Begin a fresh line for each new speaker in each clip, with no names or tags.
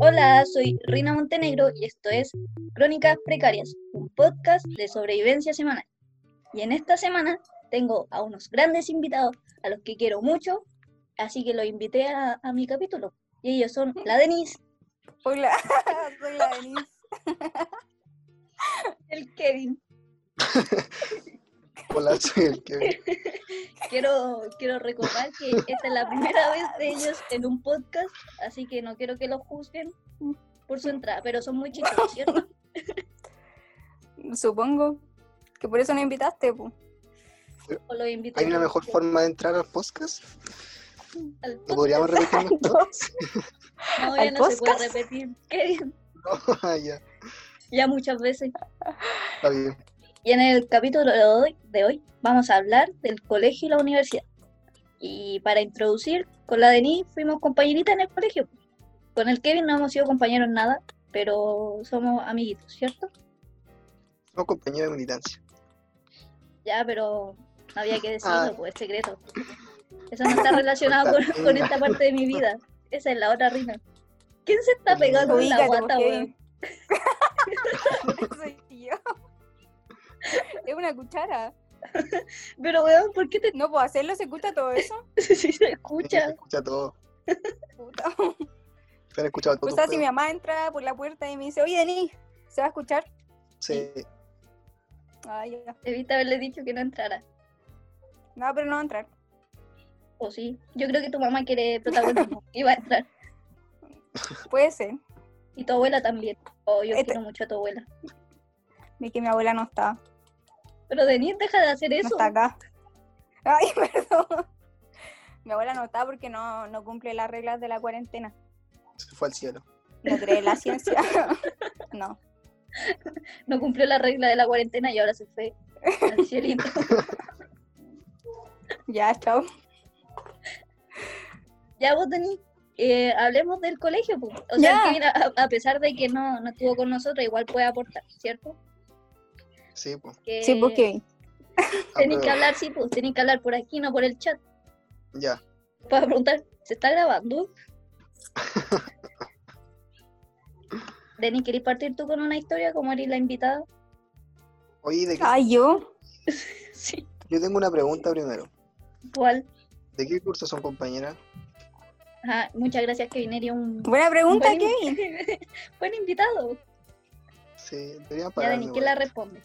Hola, soy Rina Montenegro y esto es Crónicas Precarias, un podcast de sobrevivencia semanal. Y en esta semana tengo a unos grandes invitados a los que quiero mucho, así que los invité a, a mi capítulo. Y ellos son la Denise,
Hola, soy la Denise.
el Kevin.
Hola, soy el Kevin.
Quiero, quiero recordar que esta es la primera vez de ellos en un podcast, así que no quiero que los juzguen por su entrada, pero son muy chicos, ¿cierto?
Supongo que por eso no invitaste, po.
O los invité
¿Hay una mejor forma de entrar al podcast?
al
¿Lo podríamos repetir mejor?
No, ya
¿Al
no se puede
podcast?
repetir. Kevin,
Ah, ya,
ya muchas veces.
está bien.
Y en el capítulo de hoy, de hoy vamos a hablar del colegio y la universidad. Y para introducir, con la Denise fuimos compañeritas en el colegio. Con el Kevin no hemos sido compañeros en nada, pero somos amiguitos, ¿cierto?
Somos compañeros de militancia.
Ya, pero no había que
Ah.
decirlo, pues es secreto. Eso no está relacionado con, con esta parte de mi vida. Esa es la otra rima. ¿Quién se está pegando en la
Ubícate, po,
guata, weón?
Kevin. soy yo. Es una cuchara.
Pero, weón, ¿por qué te
No puedo hacerlo, se escucha todo eso.
si se
Sí, Se
escucha?
escucha todo.
Puta.
Se han escuchado todo.
O sea, si mi mamá entra por la puerta y me dice, oye, Denise, ¿se va a escuchar?
Sí,
Ay, ya.
Evita haberle dicho que no entrara.
No, pero no va a entrar.
O sí. Yo creo que tu mamá quiere protagonismo. y va a entrar.
Puede ser.
Y tu abuela también. Oh, yo
Este-
quiero mucho a tu abuela.
De que mi abuela no está.
Pero Denise, deja de hacer
No
eso.
está acá. Ay, perdón. Mi abuela no está porque no, no cumple las reglas de la cuarentena.
se fue al cielo.
No cree en la ciencia. No.
No cumplió la regla de la cuarentena y ahora se fue al cielito.
Ya, chao.
ya vos, Denise, eh, hablemos del colegio. po. O sea,
Ya.
Kevin, a, a pesar de que no, no estuvo con nosotros, igual puede aportar, ¿cierto?
Sí, pues.
Que
Sí, porque
Ah,
Tenéis que hablar, sí, pues tenéis que hablar por aquí, no por el chat.
Ya.
Para preguntar, ¿se está grabando? Denis, ¿querés partir tú con una historia como eres la invitada?
Oye, ¿de qué-
Ay, yo.
Sí.
yo tengo una pregunta primero.
¿Cuál?
¿De qué curso son compañeras?
Ajá, muchas gracias que viniera un...
Buena pregunta,
buen in-
Kevin.
buen invitado.
Sí, deberían
Ya,
pagarme.
Denis, ¿quién la
bueno.
responde?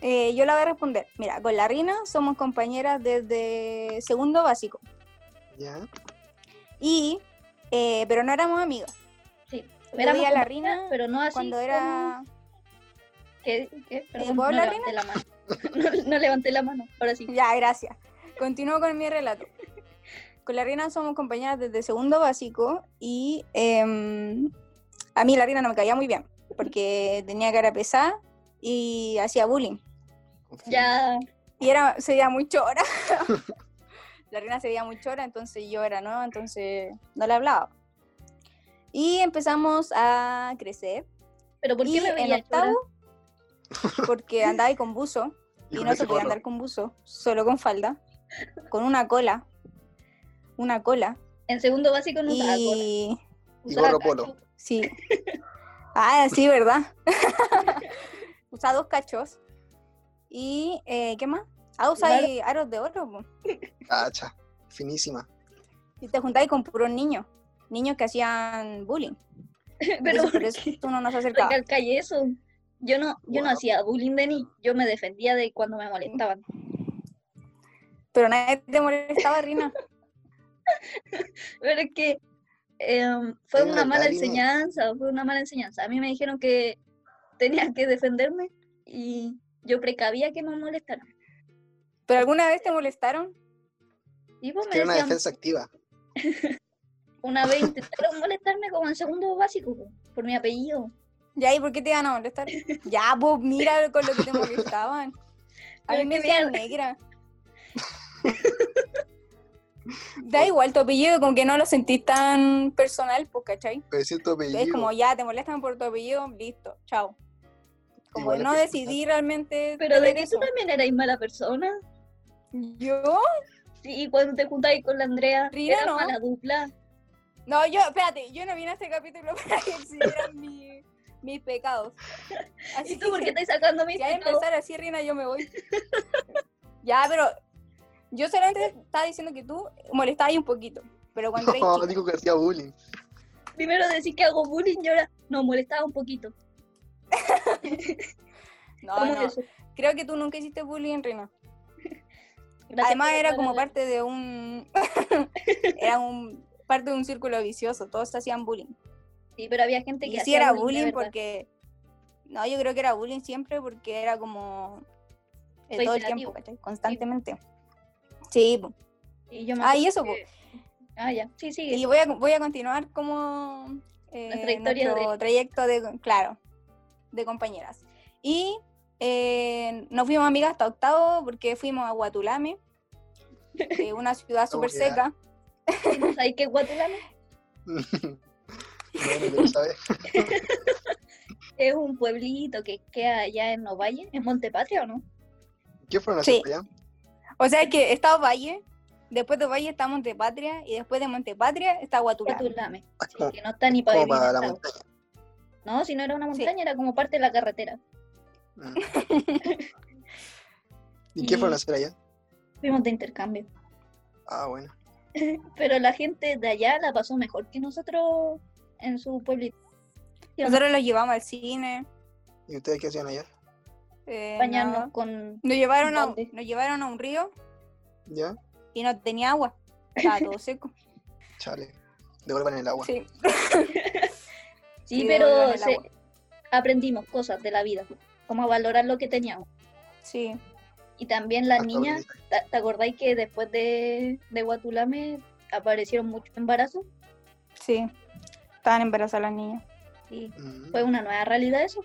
Eh, yo la voy a responder. Mira, con la Rina somos compañeras desde segundo básico.
Ya,
Y, eh, pero no éramos amigas.
Sí.
Yo vi a la
compañeras,
Rina
pero no así
cuando
como-
era... eh,
¿Qué? qué? Perdón,
puedo
no
hablar,
levanté la mano. no, no levanté la mano, ahora sí.
Ya, gracias. Continúo con mi relato. Con la Rina somos compañeras desde segundo básico y em, a mí la Rina no me caía muy bien porque tenía cara pesada y hacía bullying.
confío.
Ya,
Y era, se veía muy chora. la reina se veía muy chora, entonces yo era nueva, entonces no le hablaba. Y empezamos a crecer.
pero ¿por qué
y
me
en
veía
octavo, porque andaba ahí con buzo,
Y
y
con
no
ese
se podía
gorro.
andar con buzo, solo con falda, con una cola, una cola.
En segundo básico no usaba cola,
Y
Y
usaba
gorro
cacho.
polo.
sí. Ah, sí, ¿verdad? Usaba dos cachos. ¿Y eh, qué más? Ah, usaba
Claro.
ahí aros de oro. po.
Cacha, finísima.
Y te juntabas con puros niños, niños que hacían bullying.
Pero ¿por
Entonces, por eso
qué?
tú no nos acercabas.
Recalcáis eso. Yo no, yo no
Guau.
hacía bullying de ni, yo me defendía de cuando me molestaban.
Pero nadie te molestaba, Rina.
Pero es que em, fue
Es
una mala
verdad, Lina.
enseñanza, fue una mala enseñanza. A mí me dijeron que tenía que defenderme y yo precavía que me molestaran.
¿Pero alguna vez te molestaron?
Y vos me
Tiene una
decían,
defensa activa.
una vez intentaron molestarme como en segundo básico, po, por mi apellido.
Ya, ¿y por qué te iban a molestar? Ya, pues mira con lo que te molestaban. A
Pero
mí
es
me
que
decían negra. Da igual tu apellido, como que no lo sentís tan personal, pues, ¿cachai?
Pero si tu
Es
apellido.
como ya, te molestan por tu apellido, listo, chao. Como
Igual es
no
personal.
decidí realmente.
Pero de
tener
que tú
eso.
también erais mala persona.
¿Yo?
Sí, y cuando te juntabas con la Andrea,
Rina,
era
no.
mala dupla.
No, yo, espérate, yo no vine a este capítulo para que exhibieran mi- mis pecados.
¿Y
Así
tú por qué
que,
estás sacando mis
si hay que
pecados?
empezar así, Rina, yo me voy. ya, pero yo solamente estaba diciendo que tú molestabas ahí un poquito. Pero cuando eres
No,
chica-
dijo que hacía bullying.
Primero decís que hago bullying y ahora no molestaba un poquito.
Ah, no,
¿Cómo
no,
eso?
creo que tú nunca hiciste bullying, Rina.
Gracias
Además
por
era
aclarar.
como parte de un... era un parte de un círculo vicioso, todos se hacían bullying.
Sí, pero había gente que
Y sí
hacía
era
la
bullying
verdad.
porque... No, yo creo que era bullying siempre porque era como... eh,
Soy
todo el
hiperactivo.
tiempo, ¿cachai? Constantemente. Sí, po.
Y yo me
Ah,
acuerdo
y eso,
que- Ah, ya. Sí, sigue.
y voy a, voy a continuar como... eh,
Nuestra historia
nuestro trayecto de... Claro, de compañeras. Y eh, nos fuimos amigas hasta octavo porque fuimos a Guatulame, eh, una ciudad súper
Seguridad.
seca.
¿Sabes qué Guatulame?
bueno, pero, ¿sabes?
Es un pueblito que queda allá en Ovalle, en Montepatria, ¿o no?
¿Qué fueron a
Sí.
hacer para allá?
O sea que está Valle, después de Valle está Montepatria y después de Montepatria está Guatulame.
Guatulame.
Ah,
Sí,
como,
que no está ni para
como
vivir.
para la
está-
montaña.
No, si no era una
Sí.
montaña, era como parte de la carretera.
Mm. ¿Y qué fueron a hacer allá?
Fuimos de intercambio.
Ah, bueno.
Pero la gente de allá la pasó mejor que nosotros en su pueblito. ¿Sí o no?
Nosotros los llevamos al cine.
¿Y ustedes qué hacían allá?
eh,
Bañarnos
no.
con...
Nos llevaron, a,
¿Dónde?
nos llevaron a un río
¿Ya?
y no tenía agua. Estaba todo seco.
Chale. Devuelvan el agua.
Sí.
Sí,
Y devolvieron
pero
el
se-
agua.
aprendimos cosas de la vida, como a valorar lo que teníamos.
Sí.
Y también las
Hasta
niñas,
ahorita.
¿te te acordáis que después de, de Guatulame aparecieron muchos embarazos?
Sí. Estaban embarazadas las niñas.
Y
Mm.
fue una nueva realidad eso.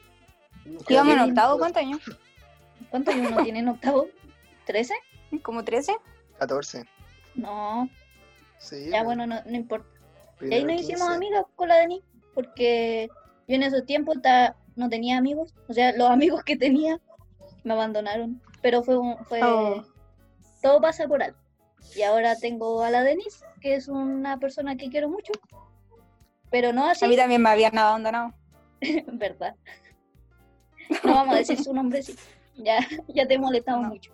Íbamos en
bien.
octavo, ¿cuántos años?
¿Cuántos años uno tiene en octavo? ¿13?
¿Como 13?
14.
No,
Sí.
ya bueno, no, no importa. Y ahí
primero
nos hicimos
15.
amigos con la Dani, porque yo en esos tiempos ta- no tenía amigos, o sea, los amigos que tenía me abandonaron, pero fue, un- fue
Oh.
todo pasa por algo. Y ahora tengo a la Denise, que es una persona que quiero mucho, pero no así,
A mí también me habían abandonado.
¿verdad? No vamos a decir su nombre, sí, ya, ya te molestamos
No.
mucho.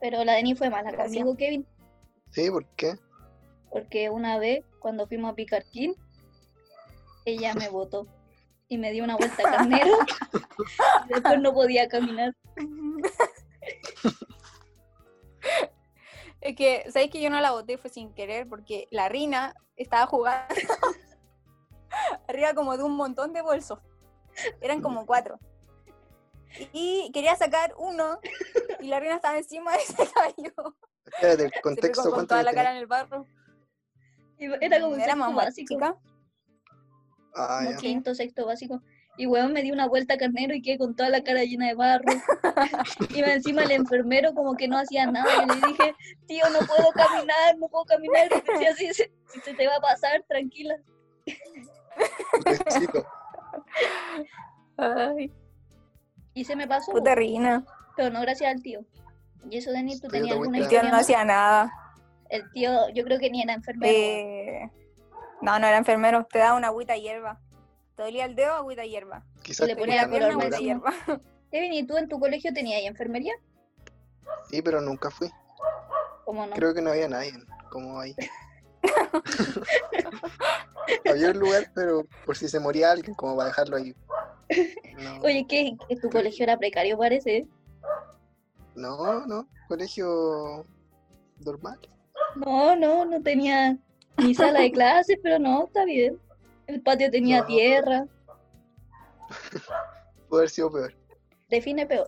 Pero la Denise fue mala
Gracias.
conmigo, Kevin,
Sí, ¿por qué?
porque una vez cuando fuimos a Picarquín, ella me botó y me dio una vuelta a carnero y después no podía caminar.
Es que, ¿sabéis que yo no la boté? Fue sin querer porque la Rina estaba jugando arriba como de un montón de bolsos. Eran como cuatro. Y quería sacar uno y la Rina estaba encima y se cayó.
Espérate, el
Se pegó
contexto,
con
¿cuánto
toda
años
la cara
tenés?
en el barro.
Y Era como un
Era
sexto
mamá
básico,
chica.
Ah,
como
ya.
quinto, sexto básico. Y weón me dio una vuelta a carnero y quedé con toda la cara llena de barro. y encima el enfermero como que no hacía nada. Y le dije, tío, no puedo caminar, no puedo caminar. Y me decía, sí, se, se te va a pasar, tranquila.
Besito.
Ay,
Y se me pasó,
puta Rina.
pero no gracias al tío. Y eso, Denis, ¿tú
Pero
tenías
te
alguna
gusta.
El tío no
más?
hacía nada.
El tío, yo creo que ni era enfermero.
Eh, no, no era enfermero. Te daba una agüita hierba. Te dolía el dedo, agüita hierba.
Quizás
le
Te
ponía
dolía
la
la
tenía
pierna,
color
alguna
agüita
máxima.
hierba.
Kevin, ¿y tú en tu colegio tenías enfermería?
cura. Sí, pero nunca fui.
¿Cómo no?
Creo que no había nadie como ahí. había un lugar, pero por si se moría alguien, como para dejarlo ahí. No,
Oye, que que tu colegio era precario, parece. ¿eh?
no, no, colegio normal.
No, no, no tenía ni sala de clases, pero no, está bien. El patio tenía
No.
tierra.
Puede haber sido peor.
Define peor.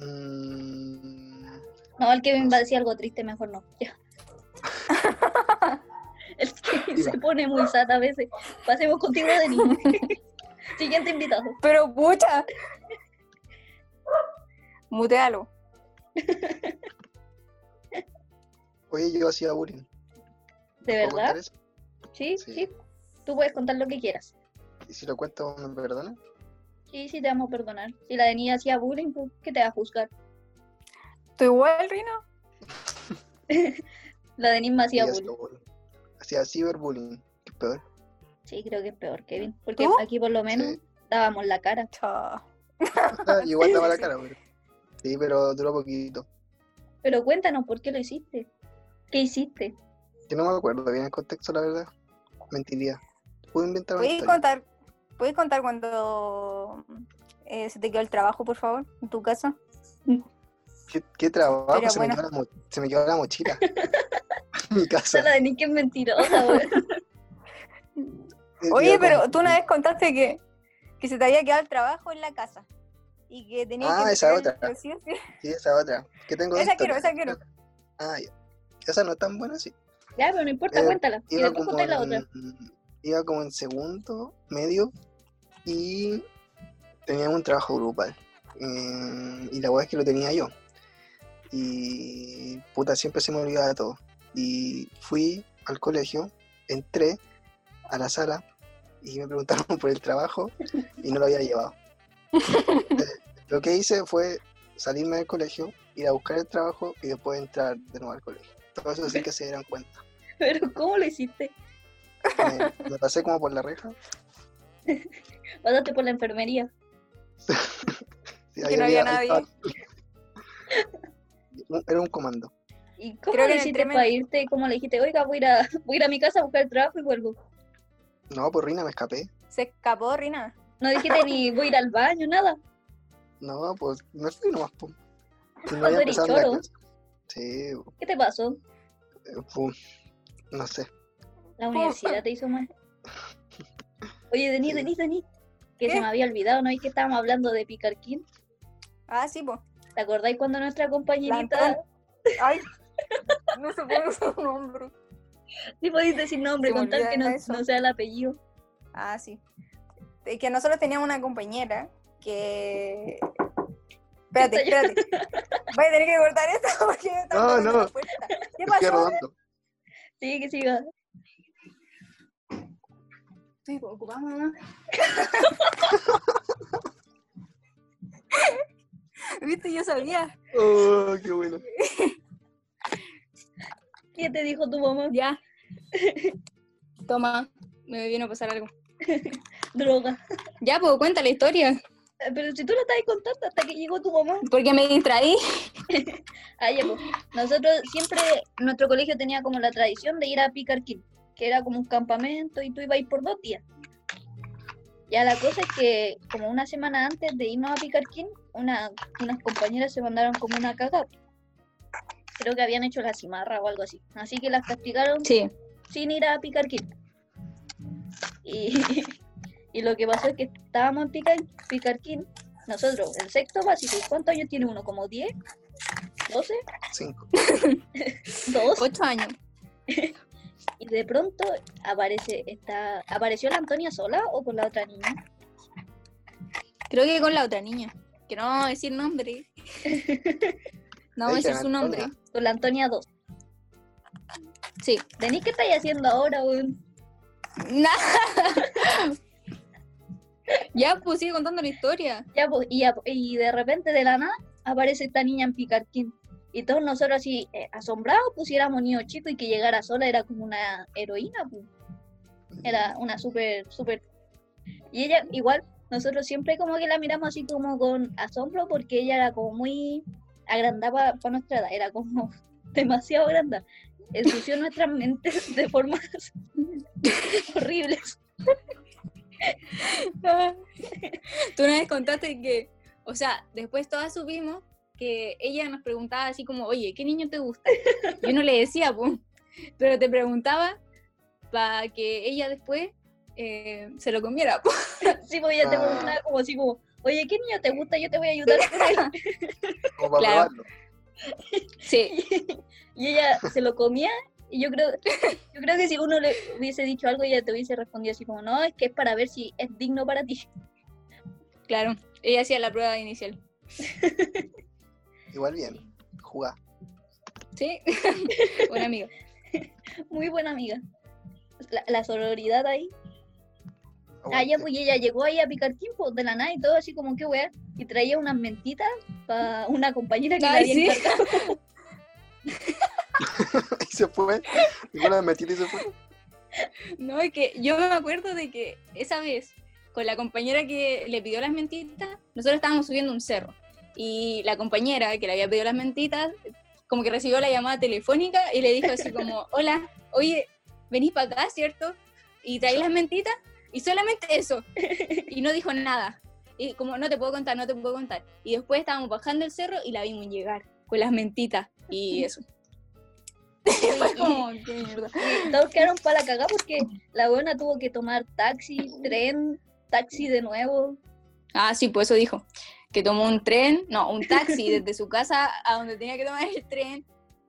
Mm,
No, el Kevin va a decir algo triste, mejor no. Ya. el Kevin se pone muy sad a veces. Pasemos contigo, Denis. Siguiente invitado.
Pero pucha. Mutealo.
oye, yo hacía bullying.
¿De
¿Puedo contar
verdad?
eso?
¿Sí?
Sí.
sí. Tú puedes contar lo que quieras.
¿Y si lo cuento, me perdonan?
Sí, sí, te vamos a perdonar. Si la Denis hacía bullying, pues, ¿qué te va a juzgar?
¿Tú igual, Rino?
La Denis me hacía
Ella hacía
bullying.
bullying. Hacía ciberbullying, que es peor.
Sí, creo que es peor, Kevin. Porque
¿Tú?
aquí por lo menos
Sí.
dábamos la cara.
Chao.
O sea, Ah, igual daba la cara, pero. Sí, pero duró poquito.
Pero cuéntanos, ¿por qué lo hiciste? ¿Qué hiciste?
Yo no me acuerdo bien el contexto, la verdad. Mentiría. Puedo inventar una
¿Puedes
historia.
contar, ¿Puedes contar cuando eh, se te quedó el trabajo, por favor, en tu casa?
¿Qué, qué trabajo?
Pero
se,
bueno.
me quedó la mo- se me quedó la mochila. En mi
O sea,
casa.
la Denis que es mentirosa, güey.
Me
Oye,
quedó
pero
con-
tú una vez contaste que, que se te había quedado el trabajo en la casa y que tenías
Ah,
que...
esa
entregar
otra.
el- sí, sí.
Sí, esa otra. Que tengo dos
Esa quiero,
historias.
esa quiero.
Ah, ya. Esa no es tan buena, sí.
Ya, pero no importa,
Eh,
cuéntala. Y
Iba
después
como,
contáis la otra.
en, iba como en segundo, medio, y teníamos un trabajo grupal. Eh, y la verdad es que lo tenía yo. Y puta, siempre se me olvidaba todo. Y fui al colegio, entré a la sala y me preguntaron por el trabajo y no lo había llevado. Eh, lo que hice fue salirme del colegio, ir a buscar el trabajo y después entrar de nuevo al colegio. Todo eso sí que se dieron cuenta.
Pero ¿cómo lo hiciste?
me, me pasé como por la reja.
Pasaste por la enfermería.
Sí,
Que
ahí
no había
ahí
nadie.
estaba. Era un comando.
¿Y cómo
Creo
lo
que en el
hiciste
tremen-
para irte? ¿Cómo le dijiste, oiga, voy a, ir a, voy a ir a mi casa a buscar trabajo y vuelvo?
No, por Rina me escapé.
Se escapó, Rina.
No dijiste ni voy a ir al baño, nada.
No, pues me fui nomás. Pum. Y
Ah,
no había
tú eres
empezado la
choro.
clase. Sí, eh,
¿Qué te pasó?
pum. No sé.
La universidad te hizo mal. Oye, Denis,
Sí.
Denis, Denis. Que
¿Qué?
se me había olvidado, ¿no? Es que estábamos hablando de Picarquín.
Ah, sí, pues.
¿Te acordáis cuando nuestra compañerita...
Plantón. Ay, no se puede usar un hombro.
Sí podéis decir nombre,
Se me
con tal
olvida
que no,
eso.
no sea el apellido.
Ah, sí. Es que nosotros teníamos una compañera que... Espérate, espérate. Voy a tener que cortar esto porque me están
No,
tocando
no.
la puerta. ¿Qué
Me fui
pasó?
rodando.
Sí, que siga.
Estoy ocupada, mamá. Viste, yo sabía.
Oh, qué bueno.
¿Qué te dijo tu mamá?
Ya. Toma, me vino a pasar algo.
Droga.
Ya, pues cuenta la historia.
Eh, Pero si tú lo estabas contando hasta que llegó tu mamá.
Porque me distraí.
Ah, ya, pues. Nosotros siempre, nuestro colegio tenía como la tradición de ir a Picarquín, que era como un campamento y tú ibas a ir por dos días. Ya la cosa es que como una semana antes de irnos a Picarquín, una, unas compañeras se mandaron como una cagada. Creo que habían hecho la cimarra o algo así. Así que las castigaron
Sí.
sin ir a Picarquín. Y, y lo que pasó es que estábamos en Pica- Picarquín, nosotros, el sexto básico, ¿cuántos años tiene uno? ¿Como 10? ¿12?
Cinco.
¿2?
Ocho años.
Y de pronto aparece esta... ¿Apareció la Antonia sola o con la otra niña?
Creo que con la otra niña. Que no vamos a decir nombre. No vamos a
Ella,
decir su nombre.
Antonia.
Con la Antonia 2.
Sí.
Denis, ¿qué estáis haciendo ahora, weón?
ya, pues sigue contando la historia.
Ya, pues, y, ap- y de repente, de la nada, aparece esta niña en Picarquín. Y todos nosotros así, eh, asombrados, pusiéramos niños chicos y que llegara sola era como una heroína, pues. era una súper, súper... Y ella, igual, nosotros siempre como que la miramos así como con asombro porque ella era como muy agrandada para nuestra edad, era como demasiado agrandada. Ensució nuestras mentes de formas horribles.
Tú una vez contaste que, o sea, después todas subimos que ella nos preguntaba así como, oye, ¿qué niño te gusta? Yo no le decía, pum, pero te preguntaba para que ella después eh, se lo comiera. po.
Sí, porque ella pues, te
Ah.
preguntaba como así como, oye, ¿qué niño te gusta? Yo te voy a ayudar con él".
Como para
Claro.
probarlo.
Sí,
Y ella se lo comía y yo creo, yo creo que si uno le hubiese dicho algo, ella te hubiese respondido así como, no, es que es para ver si es digno para ti.
claro. Ella hacía la prueba inicial.
Igual bien. Jugá.
Sí, buen amigo.
Muy buena amiga. La, la sororidad ahí. Ah,
Aguante.
ya, pues y ella llegó ahí a picar tiempo de la nada y todo así como que weá. Y traía unas mentitas para una compañera que la
Ay,
había
sí.
encargado.
se fue. Igual la metí y se fue.
No, es que yo me acuerdo de que esa vez, con la compañera que le pidió las mentitas, nosotros estábamos subiendo un cerro. Y la compañera que le había pedido las mentitas, como que recibió la llamada telefónica y le dijo así como, hola, oye, venís para acá, ¿cierto? Y traí las mentitas y solamente eso. Y no dijo nada. Y como, no te puedo contar, no te puedo contar. Y después estábamos bajando el cerro y la vimos llegar con las mentitas y eso. Fue como, qué mierda.
Todos quedaron para la cagada porque la buena tuvo que tomar taxi, tren, taxi de nuevo.
Ah, sí, pues eso dijo. Que tomó un tren, no, un taxi desde su casa a donde tenía que tomar el tren.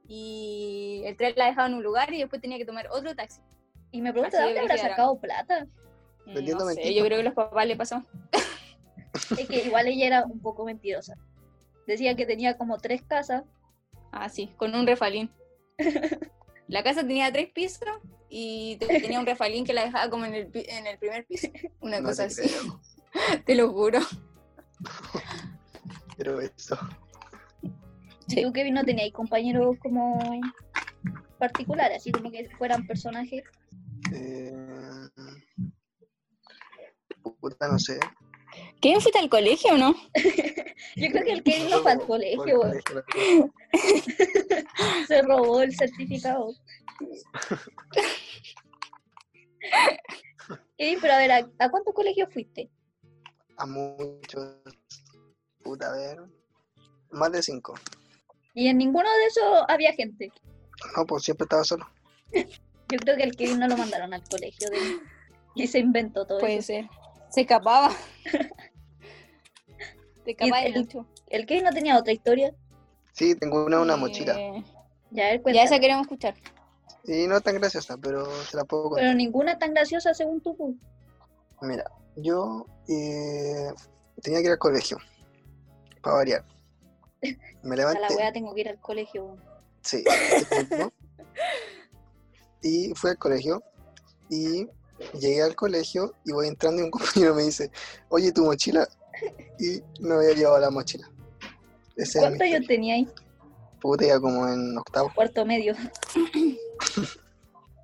Y el tren la dejaba en un lugar y después tenía que tomar otro taxi.
Y me pregunto,
Así
¿dónde
de
habrá
brígida era.
sacado plata?
Vendiendo
No sé,
mentiras.
yo creo que los papás le pasó.
Es que igual ella era un poco mentirosa. Decía que tenía como tres casas.
Ah, sí, con un refalín. La casa tenía tres pisos y te- tenía un refalín que la dejaba como en el, pi- en el primer piso. Una
No
cosa
te
así. Te lo juro.
Pero eso.
Y tú, Kevin, no tenías compañeros como particulares, así como que fueran personajes.
Eh... Puta, no sé.
¿Quién fuiste al colegio o no?
Yo creo que el Kevin no fue al colegio,
Fue al
weón.
colegio,
se robó el certificado. Kevin, pero a ver, ¿a, a cuántos colegios fuiste?
A muchos. Puta, a ver. Más de cinco.
Y en ninguno de esos había gente.
No, pues siempre estaba solo.
Yo creo que el Kevin no lo mandaron al colegio de- y se inventó todo
Puede
eso.
ser. Se escapaba. Se escapaba
el-
de mucho.
El Kevin no tenía otra historia.
Sí, tengo una, una mochila.
Eh,
Ya, a ver,
Ya
cuéntala.
esa queremos escuchar.
Y no tan graciosa, pero se la puedo contar.
Pero ninguna tan graciosa según tú. pues. pu.
Mira, yo eh, tenía que ir al colegio, para variar. Me
A la
levanté,
wea tengo que ir al colegio. weón.
sí. ¿no? y fui al colegio, y llegué al colegio, y voy entrando y un compañero me dice, oye, ¿tu mochila? Y no había llevado la mochila. Ese es mi
¿Cuánto yo
historia.
tenía ahí?
Puta, iba como en octavo.
Cuarto medio.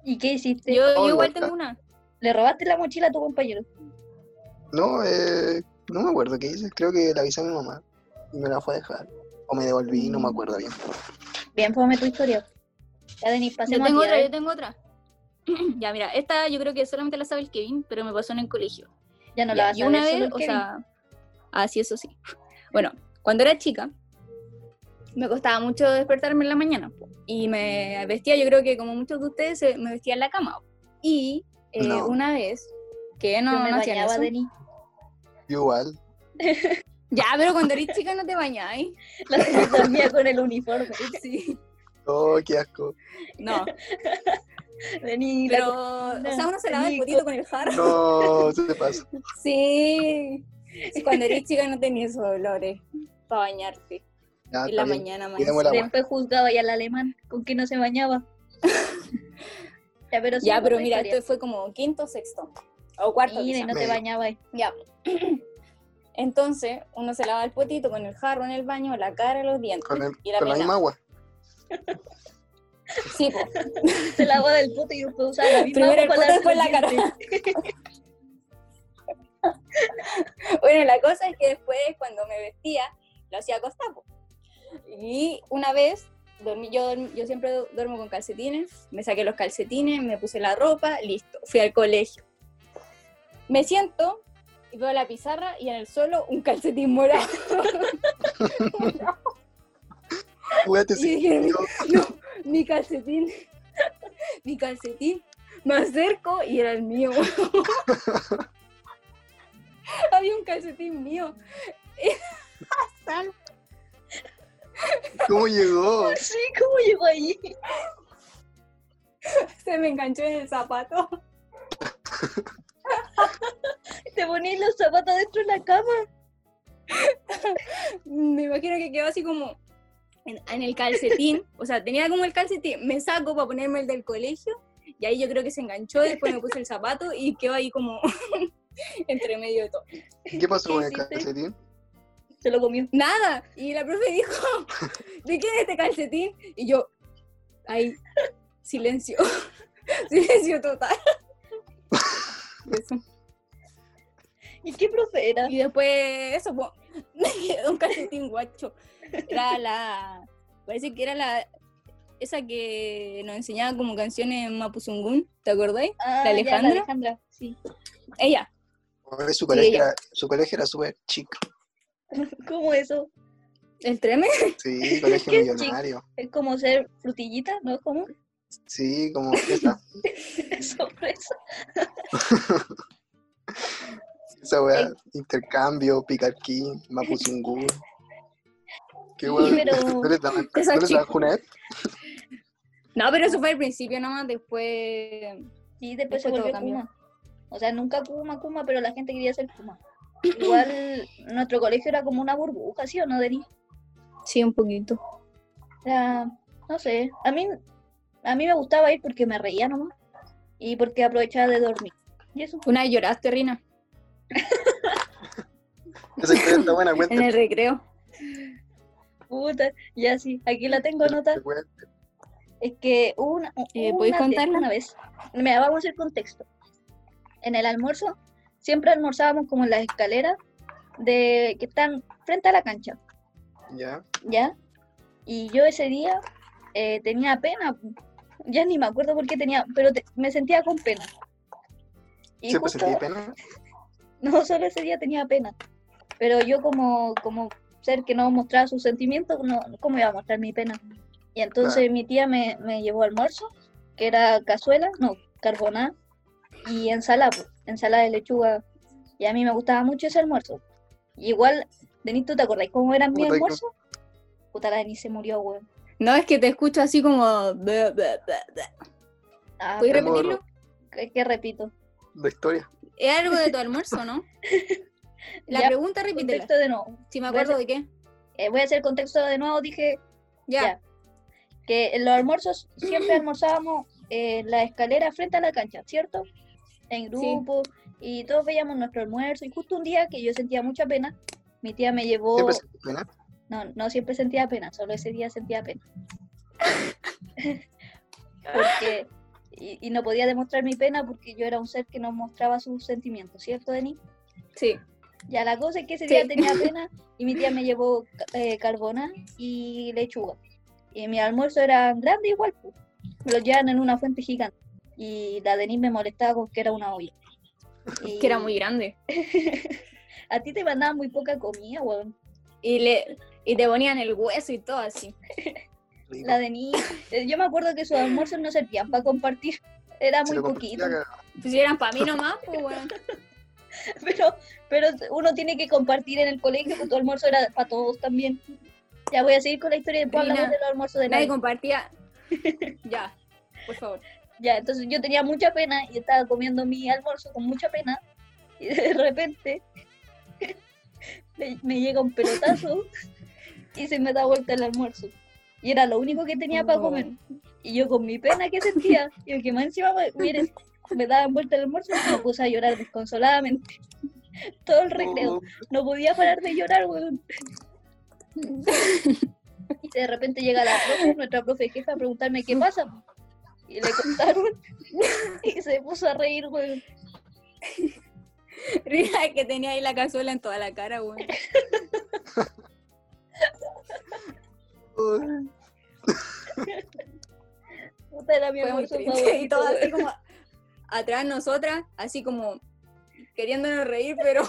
¿Y qué hiciste?
Yo, yo
Oh,
igual
loca.
tengo una.
¿Le robaste la mochila a tu compañero?
No, eh, no me acuerdo qué hice, creo que la avisé a mi mamá, y me la fue a dejar. O me devolví, no me acuerdo bien.
Bien, fome tu historia. Ya, Denis,
Yo
pasemos
tengo
a ti, a
otra, yo
ver.
tengo otra. Ya, mira, esta yo creo que solamente la sabe el Kevin, pero me pasó en el colegio.
Ya no
Ya,
la vas
y
a
una
ver, solo
vez,
el
o
Kevin.
sea, así eso sí. Bueno, cuando era chica, me costaba mucho despertarme en la mañana po, y me vestía, yo creo que como muchos de ustedes, eh, me vestía en la cama. po. Y eh,
No.
una vez, que no,
yo me
no hacían
bañaba,
eso.
Denis.
Yo igual,
Ya, pero cuando eres chica no te bañáis.
La Denis dormía con el uniforme.
Sí.
oh, qué asco.
No,
Denis, la-
pero, o sea, uno se lava el
Nico.
potito con el jarro.
No, se te pasó.
Sí. Cuando eres chica no tenías esos dolores para bañarte
Ya,
en la
Ah, está bien.
mañana más.
Cuidemos la agua.
después juzgaba ya al alemán con que no se bañaba. ya, pero, sí,
Ya, pero
buena
mira,
historia.
esto fue como quinto, sexto. O cuarto.
Mira, y
quizá.
no te
Medio.
bañaba. ahí.
Ya. Entonces, uno se lava el potito con el jarro en el baño, la cara, los dientes.
Con, el-
Y la
con la
pena.
misma agua.
Sí, po.
Se lavaba Este del puto y después usaba la misma
Primero el
agua
poto,
para
después la
lavarse
cara.
los dientes.
Bueno, la cosa es que después, cuando me vestía, lo hacía acostar. po. Y una vez, dormí, yo, dorm- yo siempre du- duermo con calcetines, me saqué los calcetines, me puse la ropa, listo, fui al colegio. Me siento, y veo la pizarra y en el suelo un calcetín morado.
Juguete
Y
sí.
dije,
yo-
no, mi calcetín, mi calcetín, me acerco y era el mío. Había un calcetín mío. Sal.
¿Cómo llegó?
Sí, ¿cómo llegó ahí?
Se me enganchó en el zapato.
Te ponías los zapatos dentro de la cama.
Me imagino que quedó así como en, en el calcetín. O sea, tenía como el calcetín. Me saco para ponerme el del colegio. Y ahí yo creo que se enganchó. Después me puse el zapato y quedó ahí como entre medio de todo.
¿Qué pasó con el
hiciste?
calcetín?
Se lo comió.
Nada. Y la profe dijo, ¿de quién es este calcetín? Y yo, ahí, Silencio. Silencio total. Eso.
¿Y qué profe era?
Y después, eso, po, me quedó un calcetín guacho. Era la. Parece que era la. Esa que nos enseñaba como canciones en Mapuzungún, ¿te acordáis?
Ah,
¿La
ya,
Alejandra?
Alejandra, sí.
Ella.
Oye, Su colegio,
ella.
era, su colegio era súper chico.
¿Cómo eso?
¿El treme?
Sí, colegio
Qué
millonario.
Es como ser frutillita, ¿no? ¿Cómo?
Sí, como esa,
Sorpresa.
esa weá. Intercambio, picarquín, mapuzungún. Qué weá.
pero-
¿Tú eres la, tú
Esa
eres la
chica.
Junet?
No, pero eso fue al principio nomás, después.
Sí, después
Después
se volvió
todo cambió.
Kuma. O sea, nunca Kuma, Kuma, pero la gente quería ser Kuma. Igual nuestro colegio era como una burbuja, ¿sí o no, Denis?
Sí, un poquito.
Era, no sé, a mí, a mí me gustaba ir porque me reía nomás y porque aprovechaba de dormir. Y eso,
Una vez lloraste, Rina,
Esa historia está buena, cuenta.
en el recreo.
puta, ya sí, aquí la tengo nota. Es que hubo una,
Eh,
hubo
¿podéis
una vez-
contarla?
una vez, me vamos a hacer contexto. En el almuerzo, siempre almorzábamos como en las escaleras de que están frente a la cancha.
Ya.
¿ya? Y yo ese día eh, tenía pena, pu. ya ni me acuerdo por qué tenía, pero te- me sentía con pena. Y
Siempre
justo,
sentí pena.
no solo ese día tenía pena, pero yo como, como ser que no mostraba sus sentimientos, no, ¿cómo iba a mostrar mi pena? Y entonces
Claro.
mi tía me, me llevó almuerzo, que era cazuela, no, carbonada, y ensalada, pues, ensalada de lechuga. Y a mí me gustaba mucho ese almuerzo. Y igual, Denis, ¿tú te acordás cómo era mi
Puta, que-
almuerzo? Puta, la Denis se murió, weón.
No, es que te escucho así como. "Bla, bla, bla, bla".
Ah,
¿Puedes
Pero-
repetirlo?
es que repito.
De historia.
Es algo de tu almuerzo, ¿no? La
Ya,
pregunta repítela.
Contexto de nuevo.
Si me acuerdo de qué.
Eh, voy a hacer contexto de nuevo. Dije
Ya.
que en los almuerzos siempre almorzábamos en la escalera frente a la cancha, ¿cierto? En grupo y todos veíamos nuestro almuerzo. Y justo un día que yo sentía mucha pena, mi tía me llevó.
Siempre sentí pena.
No, no siempre sentía pena, solo ese día sentía pena. porque. Y, y no podía demostrar mi pena porque yo era un ser que no mostraba sus sentimientos, ¿cierto, Denis?
Sí.
Ya, la cosa es que ese
Sí.
día tenía pena y mi tía me llevó ca- eh, carbona y lechuga. Y mi almuerzo era grande igual, pues. me lo llevan en una fuente gigante. Y la Denise me molestaba con que era una olla. Y
Que era muy grande.
A ti te mandaban muy poca comida, weón.
Y, le, y te ponían el hueso y todo así.
Rico.
La Denise, eh, yo me acuerdo que sus almuerzos no servían para compartir. Era
Se
muy
lo
poquito.
compartía, cagaba.
Pues si eran para mí nomás, pues bueno.
Pero, pero uno tiene que compartir en el colegio, porque tu almuerzo era para todos también. Ya voy a seguir con la historia y después
Rina,
hablamos del almuerzo de
Nadie
nadie.
compartía. Ya, por favor.
Ya, entonces yo tenía mucha pena y estaba comiendo mi almuerzo con mucha pena y de repente me, me llega un pelotazo y se me da vuelta el almuerzo. Y era lo único que tenía para comer. Y yo con mi pena que sentía, y que más encima, me- miren, me daban vuelta el almuerzo y me puse a llorar desconsoladamente. Todo el
uh,
recreo. No podía parar de llorar, weón. Y de repente llega la profe, nuestra profe jefa, a preguntarme qué pasa. Y le contaron y se puso a reír, weón.
Rina, que tenía ahí la cazuela en toda la cara, bueno.
Oh,
Puta, era mi
Fue muy
almuerzo
triste. Y
favorito,
todo así
weón.
como atrás de nosotras, así como queriéndonos reír, pero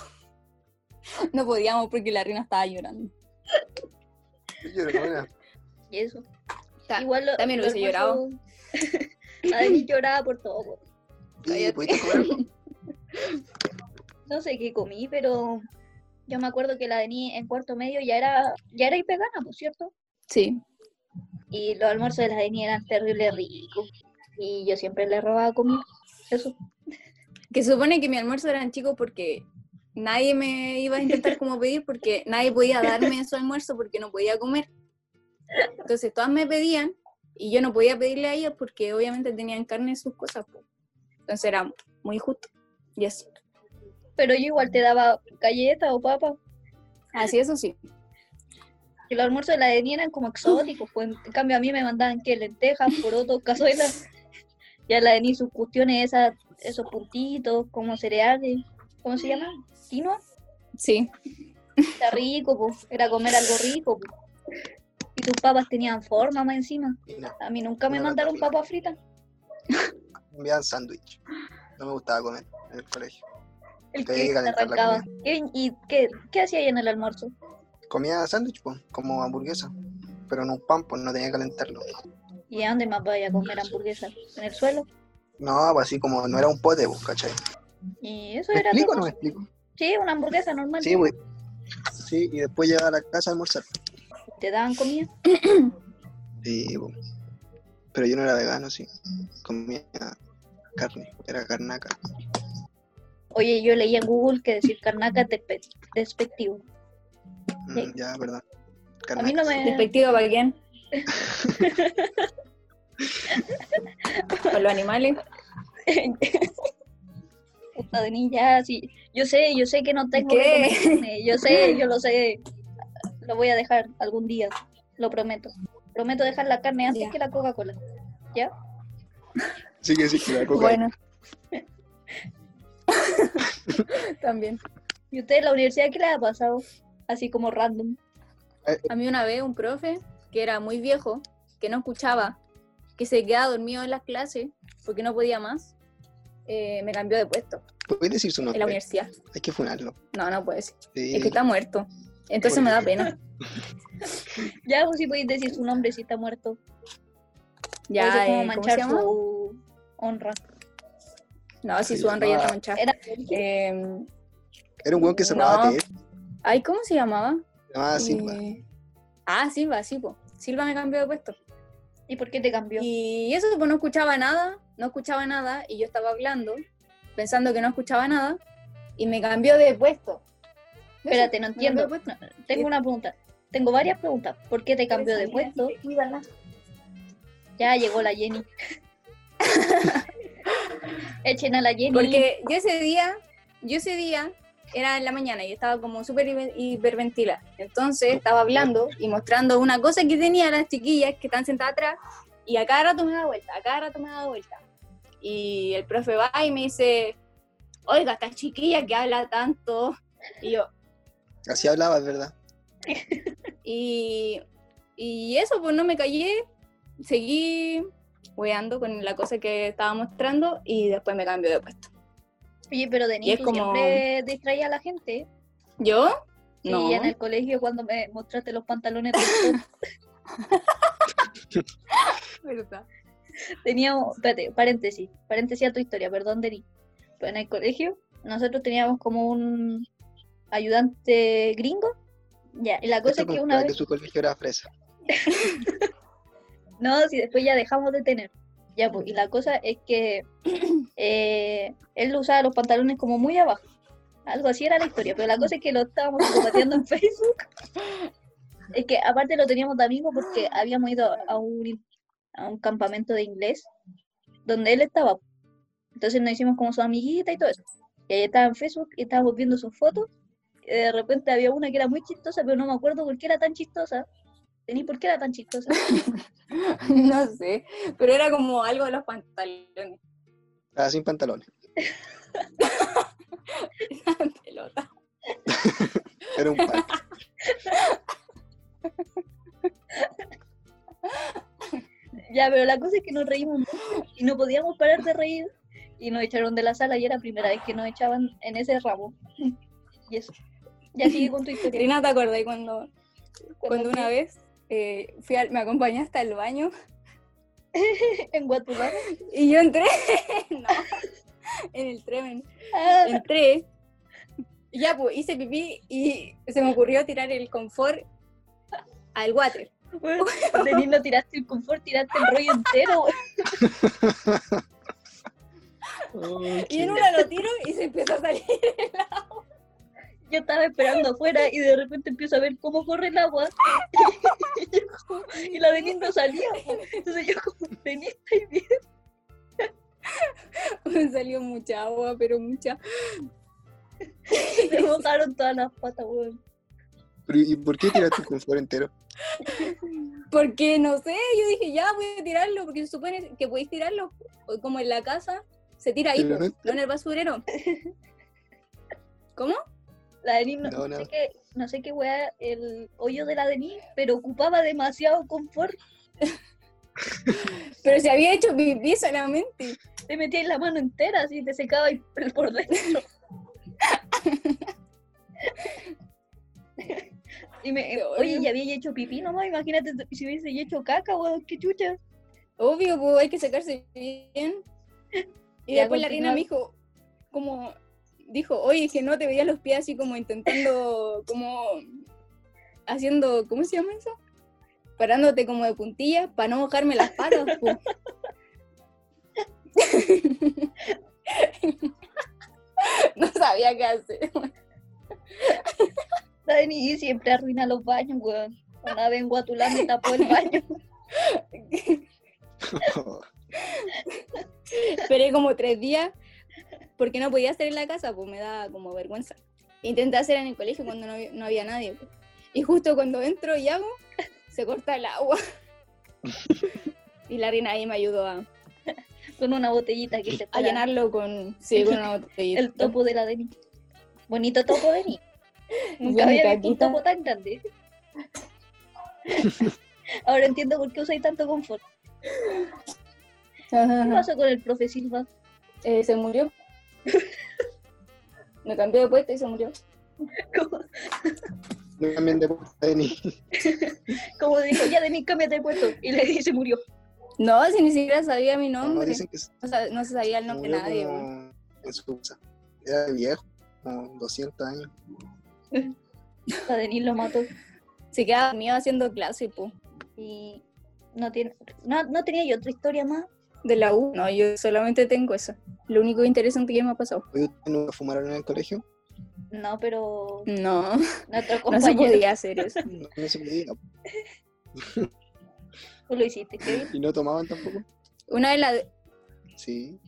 no podíamos porque la Rina estaba llorando.
qué llorona.
Y eso.
Ta-
Igual lo-
también
lo
hubiese
almuerzo- Ay, lloraba por todo, weón.
Y pudiste comer algo?
no sé qué comí, pero yo me acuerdo que la Denis en cuarto medio ya era, ya era vegana, por cierto.
Sí.
Y los almuerzos de la Denis eran terrible ricos. Y yo siempre le robaba comida. Eso.
Que se supone que mi almuerzo eran chicos porque nadie me iba a intentar como pedir porque nadie podía darme su almuerzo porque no podía comer. Entonces todas me pedían y yo no podía pedirle a ellas porque obviamente tenían carne en sus cosas. po. Entonces era muy justo. Y eso.
Pero yo igual te daba galletas o papas.
Así eso sí.
que los almuerzos de la Deni eran como exóticos, pues en cambio a mí me mandaban que lentejas, porotos, cazuelas, y a la Deni sus cuestiones, esas, esos puntitos, como cereales, ¿cómo se llama? ¿Quinoa?
Sí.
Está rico, pues, era comer algo rico, pues. Y tus papas tenían forma más encima.
Y no,
A mí nunca me
Una
mandaron
tortilla.
papas fritas.
me dan sándwich. No me gustaba comer en el colegio.
El
Te
que
calentar la
arrancaba. Kevin, ¿y qué, qué hacía ahí en el almuerzo?
Comía sándwich, pues, como hamburguesa. Pero en un pan, pues no tenía que calentarlo.
¿Y a dónde más vaya a comer hamburguesa? ¿En el suelo?
No, pues así como no era un pote, pues, ¿cachai?
¿Y eso
¿Me
era
explico o
todo?
no me explico?
Sí, una hamburguesa normal.
Sí, pues. Sí, y después llegaba a la casa a almorzar.
¿Te daban comida?
Sí, po. pero yo no era vegano, sí. Comía carne, era carnaca.
Oye, yo leí en Google que decir carnaca es despe- despectivo.
Mm,
Sí.
Ya, verdad.
A mí no me...
Despectivo para quién. Con los animales.
Puta de niña, sí. Yo sé, yo sé que no tengo
¿Qué?
recomendaciones, Yo sé, yo lo sé. Lo voy a dejar algún día, lo prometo. Prometo dejar la carne antes
Ya.
que la Coca-Cola.
Sí, que sí, que la coca.
Bueno. También.
¿Y ustedes la universidad qué les ha pasado? Así como random.
A mí una vez un profe que era muy viejo, que no escuchaba, que se quedaba dormido en las clases porque no podía más, eh, me cambió de puesto
¿Puedes decir su
en la
nombre?
universidad.
Hay que funarlo.
No, no puede ser.
Sí.
Es que está muerto. Entonces me da pena.
Ya, pues si podéis decir su nombre si está muerto. Eso es como
Ya, eh, ¿cómo se
manchar
llama?
su honra.
No, si su honra ya
ah.
está manchada.
Era
Eh,
Era un weón que se
No.
llamaba Ted.
ay, ¿cómo se llamaba?
Se llamaba Silva.
Eh, ah, Silva, sí, po. Silva me cambió de puesto.
¿Y por qué te cambió?
Y eso, pues no escuchaba nada, no escuchaba nada, y yo estaba hablando, pensando que no escuchaba nada, y me cambió de puesto.
Espérate, no entiendo.
Me lo he puesto.
No, tengo una pregunta. Tengo varias preguntas. ¿Por qué te cambió de puesto? Ya llegó la Jenny. Echen a la Jenny.
Porque yo ese día, yo ese día era en la mañana y estaba como súper hiper- hiperventilada. Entonces estaba hablando y mostrando una cosa que tenía las chiquillas que están sentadas atrás y a cada rato me daba vuelta, a cada rato me daba vuelta. Y el profe va y me dice, oiga, esta chiquilla que habla tanto. Y yo,
Así hablaba, es verdad.
y, y eso, pues no me callé, seguí weando con la cosa que estaba mostrando y después me cambio de puesto.
Oye, pero
Y
Denise,
es
tú
como-
siempre distraía a la gente. ¿eh?
¿Yo?
Sí, en el colegio cuando me mostraste los pantalones rotos,
verdad.
teníamos, espérate, paréntesis, paréntesis a tu historia, perdón Denis, pero en el colegio nosotros teníamos como un ayudante gringo, ya, y la cosa
Esto
es que
contaba
una
que
vez,
su colegio era fresa.
no, si después ya dejamos de tener, ya, pues, y la cosa es que eh, él usaba los pantalones como muy abajo, algo así era la historia, pero la cosa es que lo estábamos compartiendo en Facebook, es que aparte lo teníamos de amigo porque habíamos ido a un, a un campamento de inglés donde él estaba, entonces nos hicimos como su amiguita y todo eso, y ahí estaba en Facebook y estábamos viendo sus fotos, y de repente había una que era muy chistosa, pero no me acuerdo por qué era tan chistosa, ni por qué era tan chistosa.
No sé, pero era como algo de los pantalones.
Estaba sin pantalones.
Pelota.
Era un pan.
Ya, pero la cosa es que nos reímos mucho y no podíamos parar de reír y nos echaron de la sala y era la primera vez que nos echaban en ese ramo. Y eso. Ya sigue con tu historia.
Trina, ¿te acordás cuando, cuando una vez eh, fui al- me acompañaste al baño
En Guatulá.
y yo entré? No, en el tren.
Ah,
Entré. y Ya, pues hice pipí y se me ocurrió tirar el confort al water.
weón, Denis, no tiraste el confort, tiraste el rollo entero. weón.
Y en una lo tiro y se empieza a salir.
Yo estaba esperando afuera y de repente empiezo a ver cómo corre el agua. Y, yo como- y la Denis no salía. weón. Entonces yo como, Denis, ¿estáis bien?
Me salió mucha agua, pero mucha.
Se mojaron todas las patas, weón.
Pero, ¿Y por qué tiraste el confort entero?
Porque no sé, yo dije, ya voy a tirarlo, porque se supone que podéis tirarlo. o Como en la casa, se tira ahí,
Pero
pues,
no-
no en el basurero. ¿Cómo?
La Denis, no,
No,
no
no.
sé qué, no sé qué wea el hoyo de la Denis, pero ocupaba demasiado confort.
Pero se había hecho pipí solamente.
Te metías la mano entera, así te secaba y por por dentro. Y me-
Qué
oye,
bueno.
ya había hecho pipí nomás, imagínate t- si hubiese hecho caca, weón, qué chucha.
Obvio, pues hay que sacarse bien. Y
Ya,
después la reina
continúa.
me dijo, como, dijo, oye, que no te veía los pies así como intentando, como, haciendo, ¿cómo se llama eso? Parándote como de puntillas para no mojarme las patas. po". no sabía qué hacer.
La Denis siempre arruina los baños, weón. Una vez en Guatulá me tapó el baño.
Esperé como tres días porque no podía hacer en la casa, pues me da como vergüenza. Intenté hacer en el colegio cuando no, hab- no había nadie. pues. Y justo cuando entro y hago, se corta el agua. Y la reina ahí me ayudó a,
Con una botellita que se
a llenarlo con, sí, con una botellita.
el topo de la Denis. Bonito topo, Denis. Nunca
Yo ni
había visto un topo
caquita.
tan grande. Ahora entiendo por qué usáis tanto confort.
Ajá,
¿Qué
ajá.
pasó con el profe Silva?
Eh, se murió. Me cambió de puesto y se murió.
Como,
No cambien de puta, Denis.
como dijo, ya Denis, cámbiate de puesto. Y le dice, murió.
No, si ni siquiera sabía mi
No,
nombre.
dicen que se
No, sa- no se sabía el nombre de
murió
nadie. pues. weón.
como en su casa. Era viejo, como 200 años.
A Denis lo mató.
Se quedaba dormido haciendo clase, pues.
Y no, tiene, no, no tenía yo otra historia más.
De la U. No, yo solamente tengo eso. Lo único interesante que me ha pasado.
Oye, ¿Ustedes nunca fumaron en el colegio?
No, pero
No,
nuestro
no se
compañero
podía hacer eso.
No, no se podía.
tú lo hiciste, Kevin.
¿Y no tomaban tampoco?
Una de las...
Sí,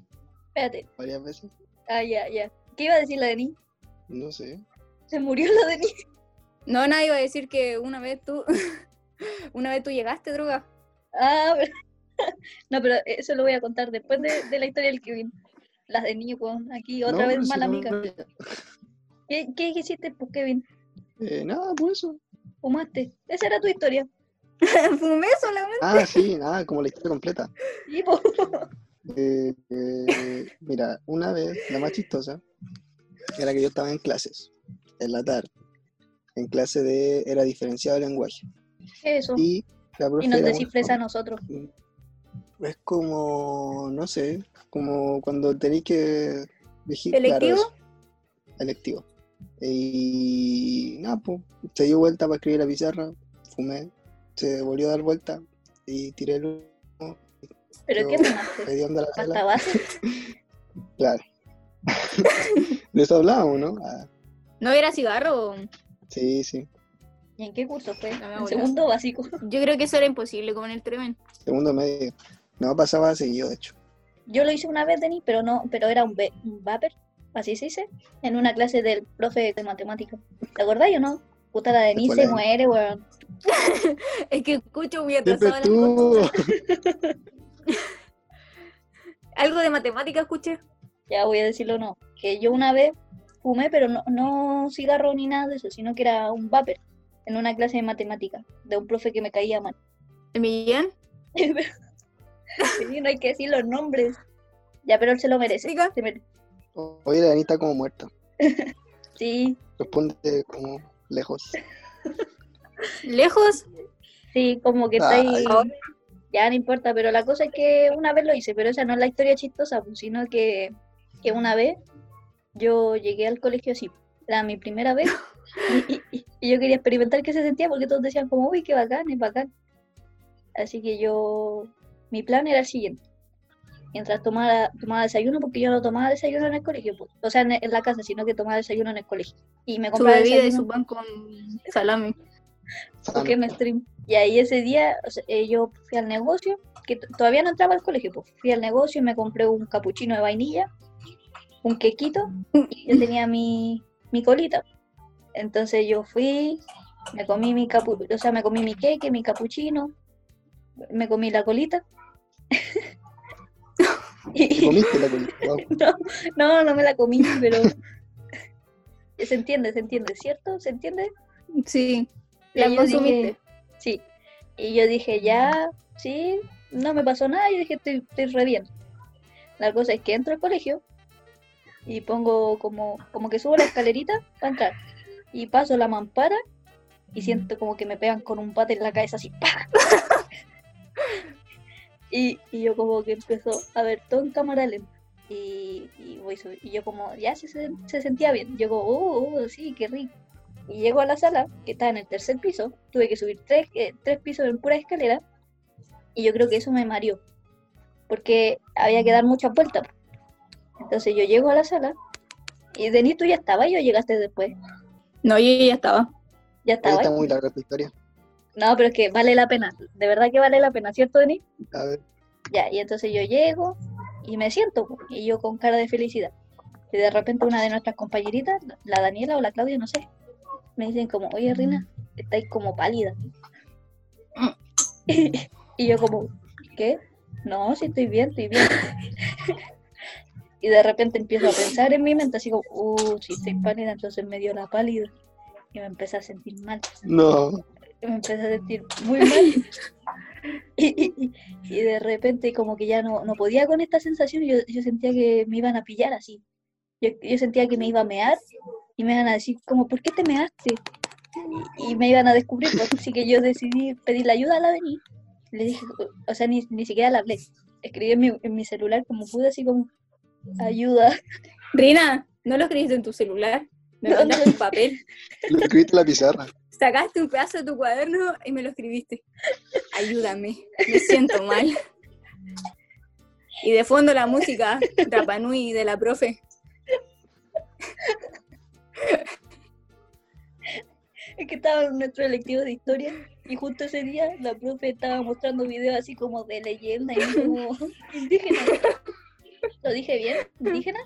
Espérate.
varias veces.
Ah, ya, ya. ¿Qué iba a decir la Denis?
No sé.
Se murió la Denis.
No, nadie iba a decir que una vez tú... una vez tú llegaste, droga.
Ah, pero- no, pero eso lo voy a contar después de, de la historia del Kevin. Las de niño, weón. aquí otra
No,
vez
pero si
mala
no-
amiga. ¿Qué, qué hiciste, pues, Kevin?
Eh, nada, pues eso.
¿Fumaste? Esa era tu historia.
Fumé solamente.
Ah, sí, nada, como la historia completa.
Y, pues, po,
Eh, eh, mira, una vez, la más chistosa, era que yo estaba en clases, en la tarde, en clase de, era diferenciado de lenguaje.
¿qué es eso? Oh. Y,
Y la profe
nos
era muy
descifres a nosotros.
Es como, no sé, como cuando tenéis que elegir.
¿Electivo?
eso, electivo. Y nada, pues, se dio vuelta para escribir la pizarra, fumé, se volvió a dar vuelta y tiré el humo,
¿Pero qué
Yo-
fumaste?
pedí onda a la
¿Pasta
sala.
base?
Claro. De eso hablábamos, ¿no? Ah,
No era cigarro.
sí, sí.
¿Y en qué curso fue?
me
En
acuerdo.
segundo básico.
Yo creo que eso era imposible, como en el tremen.
Segundo medio. No pasaba seguido, de hecho.
Yo lo hice una vez, Denis, pero no, pero era un, ve- un vapor, así se dice, en una clase del profe de matemáticas. ¿Te acordás o no? Puta, la Denis
Escuela
se
de-
muere, weón.
Es que escucho muy
Siempre
atrasada las cosas.
tú.
Algo de matemática escuché.
ya voy a decirlo no, que yo una vez fumé, pero no, no cigarro ni nada de eso, sino que era un vapor en una clase de matemática de un profe que me caía mal.
¿El Millán?
sí, no hay que decir los nombres. Ya, pero él se lo merece.
Diga.
se mere-
Oye, la Anita como muerta.
Sí,
Responde como lejos.
¿Lejos?
sí, como que está ahí.
Ay.
Ya no importa, pero la cosa es que una vez lo hice, pero esa no es la historia chistosa, pues, sino que, que una vez yo llegué al colegio así, era mi primera vez, y, y- y yo quería experimentar qué se sentía, porque todos decían como, uy, qué bacán, es bacán. Así que yo, mi plan era el siguiente, mientras tomara, tomaba desayuno, porque yo no tomaba desayuno en el colegio, pues, o sea, en, en la casa, sino que tomaba desayuno en el colegio. Y me
Su
compraba
bebida y
desayuno
su pan con salami.
Sano.
porque me stream. Y ahí ese día o sea, eh, yo fui al negocio, que t- todavía no entraba al colegio, pues fui al negocio y me compré un capuchino de vainilla, un quequito, y yo tenía mi, mi colita. Entonces yo fui, Me comí mi capu o sea, me comí mi cake, mi capuchino, me comí la colita.
¿Te
Y-
comiste la colita? Wow.
no, no, no me la comí, pero se entiende, se entiende, ¿cierto? ¿Se entiende?
Sí.
Y
La
yo
consumiste.
dije, sí. Y yo dije, ya, sí, no me pasó nada. Yo dije, estoy, estoy re bien. La cosa es que entro al colegio y pongo como, como que subo la escalerita para entrar. Y paso la mampara y siento como que me pegan con un bate en la cabeza así, ¡pa! y, y yo como que empezó a ver todo en cámara lenta. Y, y voy subi- y yo como, ya sí se, se sentía bien. Yo como, oh, oh, sí, qué rico. Y llego a la sala, que estaba en el tercer piso, tuve que subir tres, eh, tres pisos en pura escalera, y yo creo que eso me mareó, porque había que dar muchas vueltas. Entonces yo llego a la sala, y Denis, tú ya estabas, y o llegaste después.
No, yo ya estaba.
Ya
Ahí
estabas.
está muy larga tu historia.
No, pero es que vale la pena, de verdad que vale la pena, ¿cierto, Denis?
A ver,
Ya, y entonces yo llego y me siento, po, y yo con cara de felicidad. Y de repente una de nuestras compañeritas, la Daniela o la Claudia, no sé, me dicen como, oye Rina, estáis como pálida. y yo como, ¿qué? No, sí estoy bien, estoy bien. y de repente empiezo a pensar en mi mente, así como, uh, si estoy pálida, entonces me dio la pálida. Y me empecé a sentir mal
no.
me empecé a sentir muy mal. Y, y- y- y de repente como que ya no, no podía con esta sensación, yo, yo sentía que me iban a pillar así. Yo, yo sentía que me iba a mear y me iban a decir como, ¿por qué te measte? Y, y me iban a descubrir, pues, así que yo decidí pedirle ayuda a la Beni. Le dije, o sea, ni, ni siquiera la hablé. Escribí en mi, en mi celular como pude, así como, ayuda.
Rina, ¿no lo escribiste en tu celular? Me
No,
mandaste un papel.
Lo escribiste en la pizarra.
Sacaste un pedazo de tu cuaderno y me lo escribiste. Ayúdame, me siento mal. Y de fondo la música, Rapanui de la profe.
Es que estaba en nuestro electivo de historia y justo ese día la profe estaba mostrando videos así como de leyenda y yo como indígena. ¿Lo dije bien? ¿Indígena?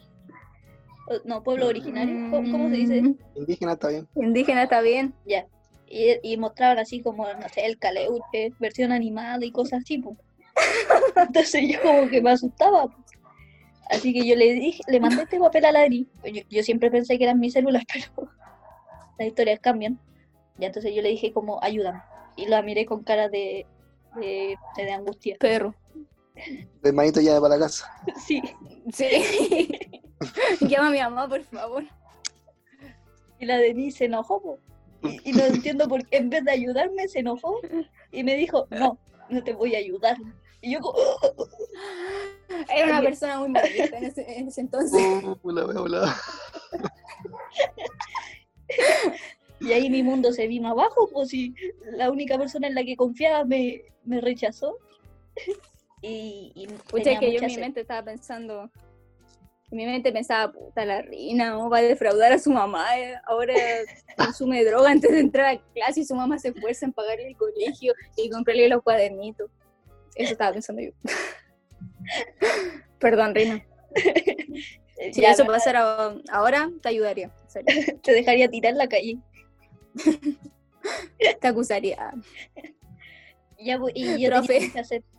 O- No, pueblo originario. ¿Cómo, cómo se dice?
Mm,
Indígena está bien.
Indígena está bien.
Ya. Y, y mostraban así como, no sé, el caleuche, versión animada y cosas así. po. Entonces yo como que me asustaba. po. Así que yo le dije, le mandé este papel a la Dani. Yo, yo siempre pensé que eran mis células, pero las historias cambian. Y entonces yo le dije como, ayúdame. Y la miré con cara de, de, de angustia.
Perro.
El hermanito ya para la casa.
Sí.
Sí. Llama a mi mamá, por favor.
Y la Denise se enojó. po. Y, y no entiendo por qué. En vez de ayudarme, se enojó. Y me dijo, no, no te voy a ayudar. Y yo como,
Era una persona muy maldita en ese, en ese entonces.
Uh, la veo, la
Y ahí mi mundo se vino abajo, pues si la única persona en la que confiaba me, me rechazó. Y, y
Pucha,
tenía
que yo
mucha
en mi
sed.
mente estaba pensando. En mi mente pensaba, puta, la Rina ¿no? va a defraudar a su mamá. eh, Ahora consume droga antes de entrar a clase y su mamá se esfuerza en pagarle el colegio y comprarle los cuadernitos. Eso estaba pensando yo. Perdón, Rina.
Eh,
Si
ya,
eso
¿verdad?
pasara ahora, te ayudaría. en serio.
te dejaría tirar en la calle.
Te acusaría.
Y, ya, pues, y yo tenía
Profe.
mucha sed.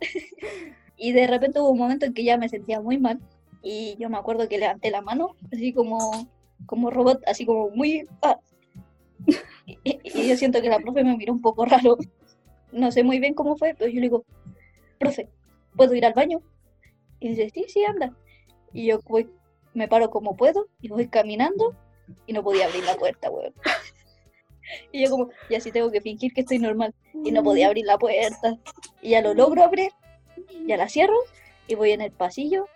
Y de repente hubo un momento en que ya me sentía muy mal. Y yo me acuerdo que levanté la mano, así como, como robot, así como muy... ah. Y, y yo siento que la profe me miró un poco raro. No sé muy bien cómo fue, pero yo le digo, profe, ¿puedo ir al baño? Y dice, sí, sí, anda. Y yo voy- me paro como puedo y voy caminando y no podía abrir la puerta, weón. Y yo como, y así tengo que fingir que estoy normal y no
Mm.
podía abrir la puerta. Y ya lo logro abrir, ya la cierro y voy en el pasillo.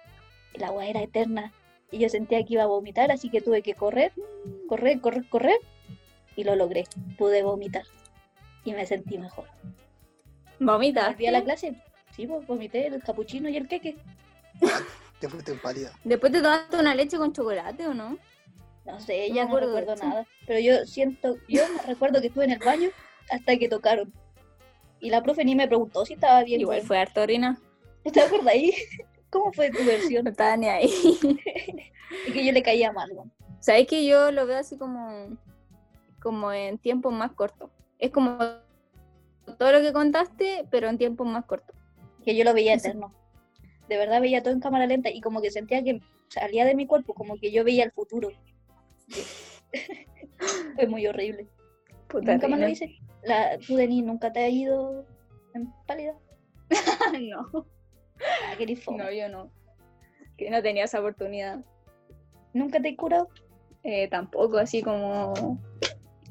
Y la agua era eterna. Y yo sentía que iba a vomitar, así que tuve que correr, correr, correr, correr. Y lo logré. Pude vomitar. Y me sentí mejor.
Mm, Mamita.
Volví a la clase. Sí, pues, vomité el capuchino y el queque.
Te fuiste en pálida.
Después te tomaste una leche con chocolate, ¿o no?
No sé, ya
No me
no
acuerdo de
recuerdo
eso.
nada. Pero yo siento, yo recuerdo que estuve en el baño hasta que tocaron. Y la profe ni me preguntó si estaba bien.
Igual
weón.
fue harto, Rina.
¿Te acuerdas ahí? ¿Cómo fue tu versión?
No estaba ni ahí.
Es que yo le caía mal, weón.
Sabes que yo lo veo así como, como en tiempos más cortos. Es como todo lo que contaste, pero en tiempo más corto.
que yo lo veía
Eso.
eterno. De verdad veía todo en cámara lenta y como que sentía que salía de mi cuerpo, como que yo veía el futuro. Fue muy horrible. nunca más lo hice. La, tú, Denis, nunca te has ido en pálida.
no,
Ah, qué fome.
no, yo no. Que no tenía esa oportunidad.
Nunca te he curado.
Eh, tampoco así como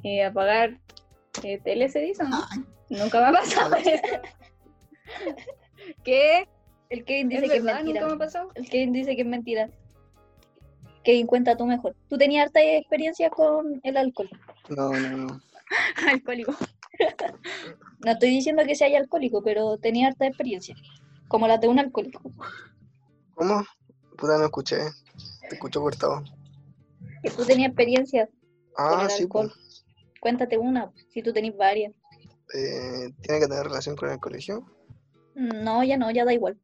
eh, apagar eh, tele se dice, ¿no? Nunca me ha pasado eso. ¿Qué?
El Kevin
¿Es
dice que es
verdad?
mentira.
¿Nunca me ha pasado?
El Kevin dice que es mentira. Kevin, cuenta tú mejor. Tú tenías harta experiencia con el alcohol.
No, no, no.
Alcohólico.
No estoy diciendo que sea alcohólico, pero tenía harta experiencia. Como la de un alcohólico.
¿Cómo? Puta, no escuché. Te escucho cortado.
Que tú tenías experiencia. con
Ah,
el
sí,
alcohol.
pues.
Cuéntate una, si tú tenés varias.
Eh, ¿Tiene que tener relación con el colegio?
No, ya no, ya da igual.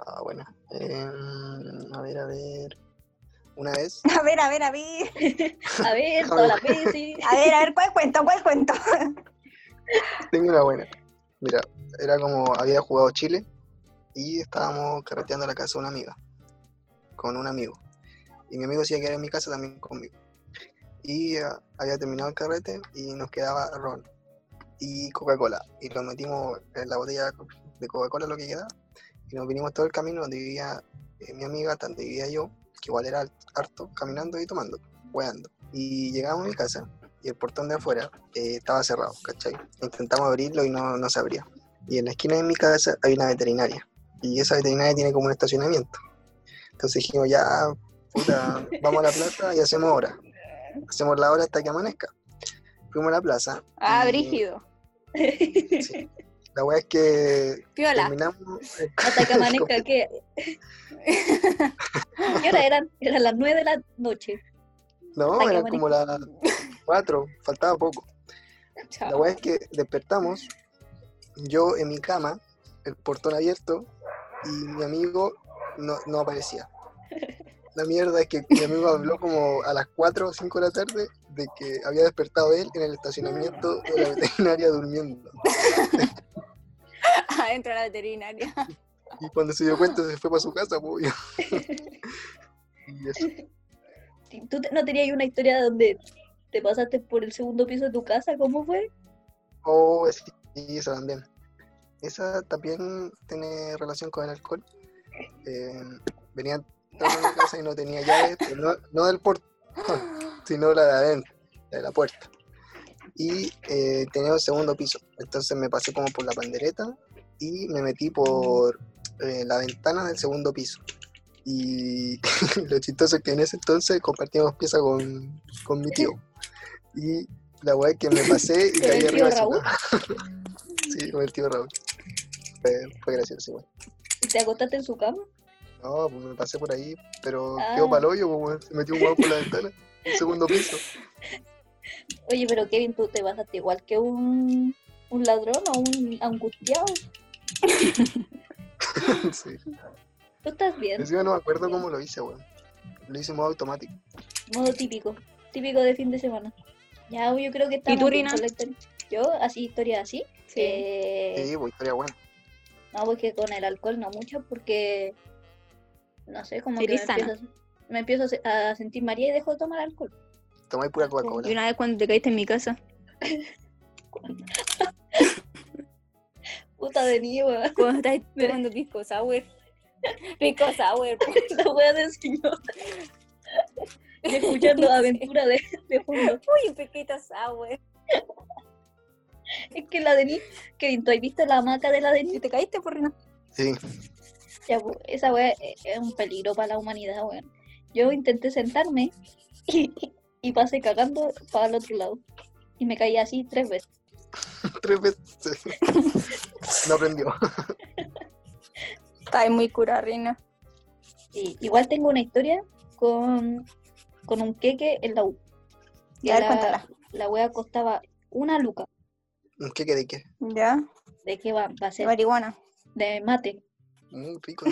Ah, bueno. Em, a ver, a ver. Una vez.
A ver, a ver, a ver.
A ver, todas las veces.
A ver, a ver, ¿cuál cuento? ¿Cuál cuento?
Tengo una buena. Mira, era como había jugado Chile y estábamos carreteando a la casa de una amiga, con un amigo. Y mi amigo se iba a quedar en mi casa también conmigo. Y ah, había terminado el carrete y nos quedaba ron y Coca-Cola. Y lo metimos en la botella de Coca-Cola, lo que quedaba. Y nos vinimos todo el camino donde vivía eh, mi amiga, tanto vivía yo, que igual era harto, caminando y tomando, hueando. Y llegamos a mi casa y el portón de afuera eh, estaba cerrado, ¿cachai? Intentamos abrirlo y no, no se abría. Y en la esquina de mi casa hay una veterinaria. Y esa veterinaria tiene como un estacionamiento. Entonces dijimos, ya, puta, vamos a la plaza y hacemos hora. Hacemos la hora hasta que amanezca. Fuimos a la plaza.
Ah,
y
brígido.
Sí. La wea es que
Piola.
terminamos.
Hasta que amanezca, ¿qué? ¿Qué hora eran? Eran las nueve de la noche.
No,
Hasta que
era como las 4, faltaba poco. La
Chao.
wea es que despertamos, yo en mi cama, el portón abierto, y mi amigo no, no aparecía. La mierda es que mi amigo habló como a las 4 o 5 de la tarde de que había despertado él en el estacionamiento de la veterinaria durmiendo.
Adentro de la veterinaria.
Y cuando se dio cuenta se fue para su casa, po, y- y eso.
¿Tú te- no tenías una historia donde te pasaste por el segundo piso de tu casa? ¿Cómo fue?
Oh, sí, esa también. Esa también tiene relación con el alcohol. Eh, venía entrando a mi casa y no tenía llaves, pero no, no del portón, sino la de adentro, la de la puerta. Y eh, tenía un segundo piso. Entonces me pasé como por la pandereta y me metí por eh, la ventana del segundo piso. Y lo chistoso es que en ese entonces compartíamos pieza con, con mi tío. Y la weá es que me pasé y
¿Con
caí
el tío
arriba. de su
Raúl?
cama. sí, con el tío Raúl. Fue, fue gracioso igual.
¿Y te acostaste en su cama?
No, pues me pasé por ahí, pero
Ah.
quedó pa'l hoyo, pues, weón. Se metió un huevo por la ventana, el segundo piso.
Oye, pero Kevin, tú te pasaste igual que un, un ladrón o un angustiado.
sí.
¿Tú estás bien?
Encima no me acuerdo cómo lo hice, weón. Lo hice en modo automático.
Modo típico. Típico de fin de semana. Ya, yo creo que está
¿Y tú, Rina?
Yo, así, historia así. Eh,
Sí, pues historia buena.
No, porque con el alcohol no mucho, porque no sé, como que me
Eres sana.
empiezo, a- me empiezo a se- a sentir María y dejo de tomar alcohol.
Tomáis pura
Y
Coca-Cola.
una vez cuando te caíste en mi casa.
Puta de ¿eh? niño, weón.
Cuando estabas tomando pisco sour. Pisco sour. po.
la wea del señor. Y escuchando aventura de, de fondo.
Uy, pisquito sour.
Es que la Denis, Kevin, ¿tú has visto la hamaca de la
¿Y
Denis?
te caíste pues, por no?
Sí,
Ya, pues, esa wea es es un peligro para la humanidad, weón. Yo intenté sentarme y, y pasé cagando para el otro lado. Y me caí así tres veces.
tres veces. No aprendió.
Estás muy cura, reina.
Sí, igual tengo una historia con, con un queque en la U.
Ya, a
la,
ver, cuéntala.
La wea costaba una luca.
¿Qué quedé qué?
Ya.
¿De qué va? Va a
De
ser
marihuana.
de mate.
Muy rico.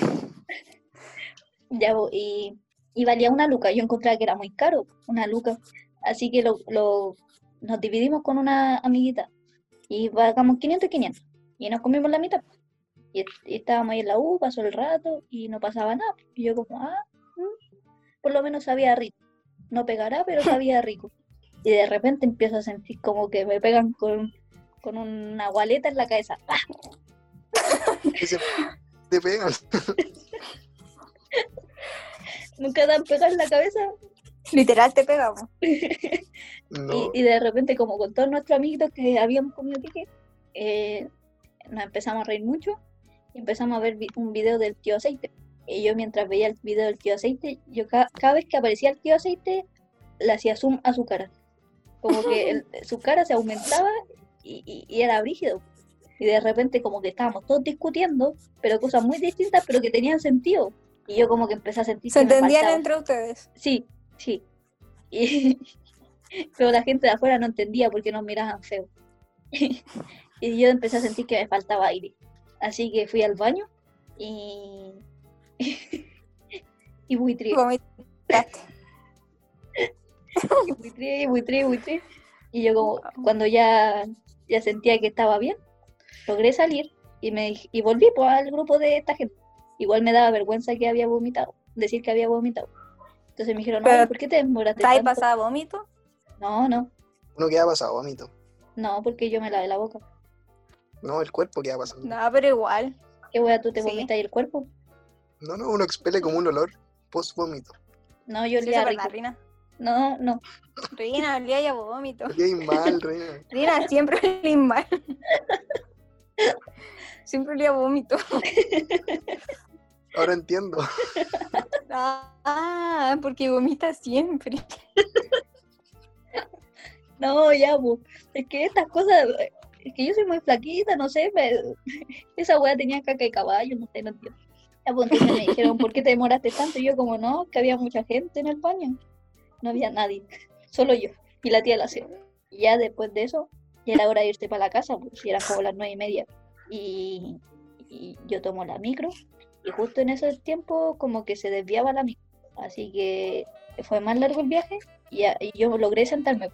Ya, bo- y, y valía una luca. Yo encontraba que era muy caro, una luca. Así que lo, lo- nos dividimos con una amiguita. Y pagamos 500 y 500. Y nos comimos la mitad. Y, y estábamos ahí en la U, pasó el rato y no pasaba nada. Y yo como, ah, mm, por lo menos sabía rico. No pegará, pero sabía rico. Y de repente empiezo a sentir como que me pegan con, con una gualeta en la cabeza. ¡Ah!
Y se- te pegan.
Nunca te han pegado en la cabeza.
Literal te pegamos.
Y,
No,
y de repente, como con todos nuestros amiguitos que habíamos comido pique, eh, nos empezamos a reír mucho y empezamos a ver vi- un video del tío aceite. Y yo mientras veía el video del tío aceite, yo ca- cada vez que aparecía el tío aceite, le hacía zoom a su cara. Como que el- su cara se aumentaba y, y- y era brígido. Y de repente como que estábamos todos discutiendo, pero cosas muy distintas, pero que tenían sentido. Y yo como que empecé a sentir...
Se
que me
entendían
faltaba.
entre ustedes.
Sí, sí. Y- pero la gente de afuera no entendía por qué nos miraban feo. y yo empecé a sentir que me faltaba aire. Así que fui al baño y. y buitré,
Vomitaste.
y buitré, y buitré, y buitré. Y yo, como, cuando ya, ya sentía que estaba bien, logré salir y, me, dij- y volví pues, al grupo de esta gente. Igual me daba vergüenza que había vomitado, decir que había vomitado. Entonces me dijeron,
Pero-
"Ay, ¿por qué te demoraste?
¿Estáis
tanto?".
pasada vómito?
No, no.
uno queda pasado, vómito.
No, porque yo me lavé la boca.
No, el cuerpo queda pasado.
No, pero igual.
¿Qué wea tú te
Sí.
vomitas y el cuerpo?
No, no, uno expele como un olor post vómito.
No, yo
Sí,
olía
eso es
rico.
verdad, Rina.
No, no.
Rina, olía ya vómito.
Qué mal, reina.
Rina siempre olía mal. Siempre olía vómito.
Ahora entiendo.
Ah, porque vomita siempre.
No, ya, po. Es que estas cosas. eh, Es que yo soy muy flaquita, no sé. me- Esa wea tenía caca de caballo, no sé, no entiendo. Ya, pues entonces me dijeron, ¿por qué te demoraste tanto? Y yo, como no, que había mucha gente en el baño. No había nadie, solo yo y la tía la hacía. Y ya después de eso, ya era hora de irse para la casa, pues, y eran como las nueve y media. Y, y yo tomo la micro, y justo en ese tiempo, como que se desviaba la micro. Así que fue más largo el viaje, y, a- y yo logré sentarme,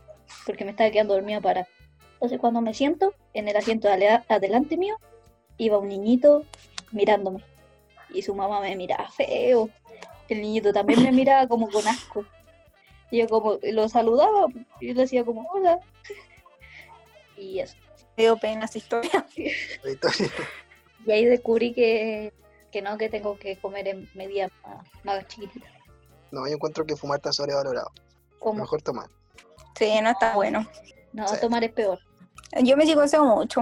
porque me estaba quedando dormida para. Entonces, cuando me siento, en el asiento de ale- adelante mío, iba un niñito mirándome. Y su mamá me miraba feo. El niñito también me miraba como con asco. Y yo como lo saludaba y le decía como hola. Y eso.
Veo penas historia.
La historia.
Y ahí descubrí que, que no, que tengo que comer en medidas más, más chiquititas.
No, yo encuentro que fumar está sobrevalorado.
Como
Mejor tomar.
Sí, no está bueno.
no
Sí.
tomar es peor.
Yo me psicoseo mucho.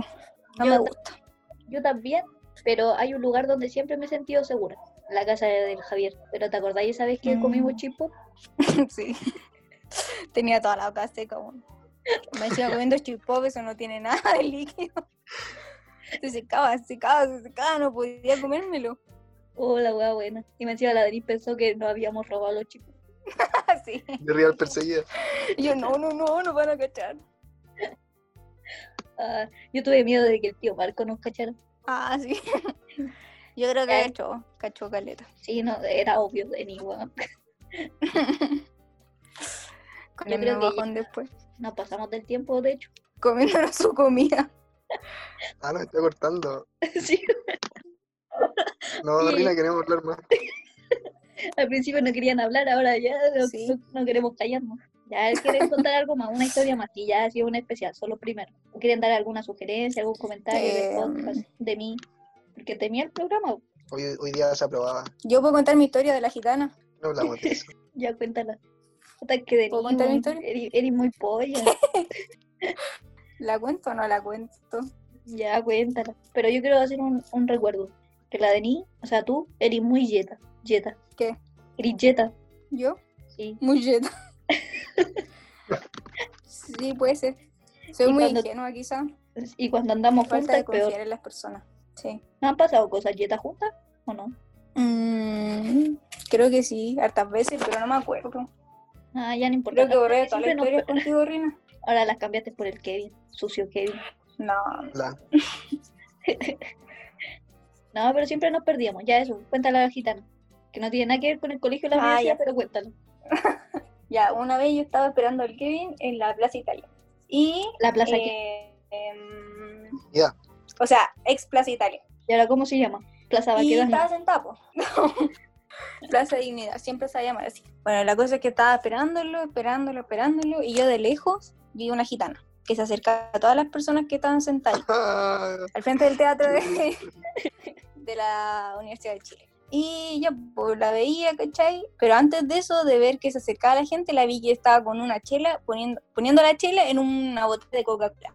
No
Yo
me
ta-
gusta.
Yo también, pero hay un lugar donde siempre me he sentido segura. La casa del Javier. Pero ¿te acordáis esa vez que
Mm.
comimos chipo?
Sí. Tenía toda la boca seca. bueno. Me decía comiendo chipop, eso no tiene nada de líquido. Se secaba, se secaba, se secaba, no podía comérmelo.
Oh, la hueá buena. Y me encima la Denis pensó que no habíamos robado los chipos.
Así.
De real perseguida.
Ah, Yo, no, no, no, no van a cachar.
Ah, yo tuve miedo de que el tío Marco nos cachara.
Ah, sí. Yo creo
Eh.
que cachó, cachó caleta.
Sí, no, era obvio, Denis, weón.
Con
Yo creo
el
que ya.
mismo bajón después.
Nos pasamos del tiempo, de hecho.
Comiéndonos su comida.
Ah, nos está cortando.
Sí,
No,
Sí.
Rina, queremos hablar más.
al principio no querían hablar, ahora ya no,
Sí.
no- no queremos callarnos. Ya quieren contar algo más, una historia más, y ya ha sido un especial, solo primero. ¿O ¿Quieren dar alguna sugerencia, algún comentario del
Em.
podcast de mí? Porque temía el programa,
Hoy, hoy día se aprobaba.
Yo puedo contar mi historia de la gitana.
No hablamos de eso.
ya cuéntala. Puta, que Denis,
¿Puedo contar mi
weón,
historia?
Eres, eres muy polla.
¿La cuento o no la cuento?
ya cuéntala. Pero yo quiero hacer un, un recuerdo. Que la Denis, o sea, tú eres muy yeta. Yeta.
¿Qué?
Eres yeta,
¿Yo?
sí.
Muy yeta. sí, puede ser.
Y
Soy muy
cuando-
ingenua, quizá.
Y cuando andamos
Falta
juntas
de
es peor.
confiar en las personas. Sí.
¿No han pasado cosas yetas juntas o no?
Mm, creo que sí, hartas veces, pero no me acuerdo.
Ah, ya no importa.
Creo que borré todas
Siempre
las
nos-
historias contigo, Rina.
Ahora las cambiaste por el Kevin, sucio Kevin.
No.
La-
No, pero siempre nos perdíamos, ya eso, cuéntala a la gitana. Que no tiene nada que ver con el colegio y la
Ah,
universidad,
ya.
pero cuéntalo.
Ya, una vez yo estaba esperando al Kevin en la Plaza Italia. Y
La plaza aquí.
Eh, em,
Ya.
O sea, ex Plaza Italia.
¿Y ahora cómo se llama? Plaza
y
Baquedano.
estaba sentada, po. Plaza Dignidad, siempre se va a llamar así. Bueno, la cosa es que estaba esperándolo, esperándolo, esperándolo, y yo de lejos vi una gitana que se acerca a todas las personas que estaban sentadas
Ah,
al frente del teatro de, de la Universidad de Chile. Y yo pues, la veía, ¿cachai? Pero antes de eso, de ver que se acercaba la gente, la vi que estaba con una chela, poniendo, poniendo la chela en una botella de Coca-Cola.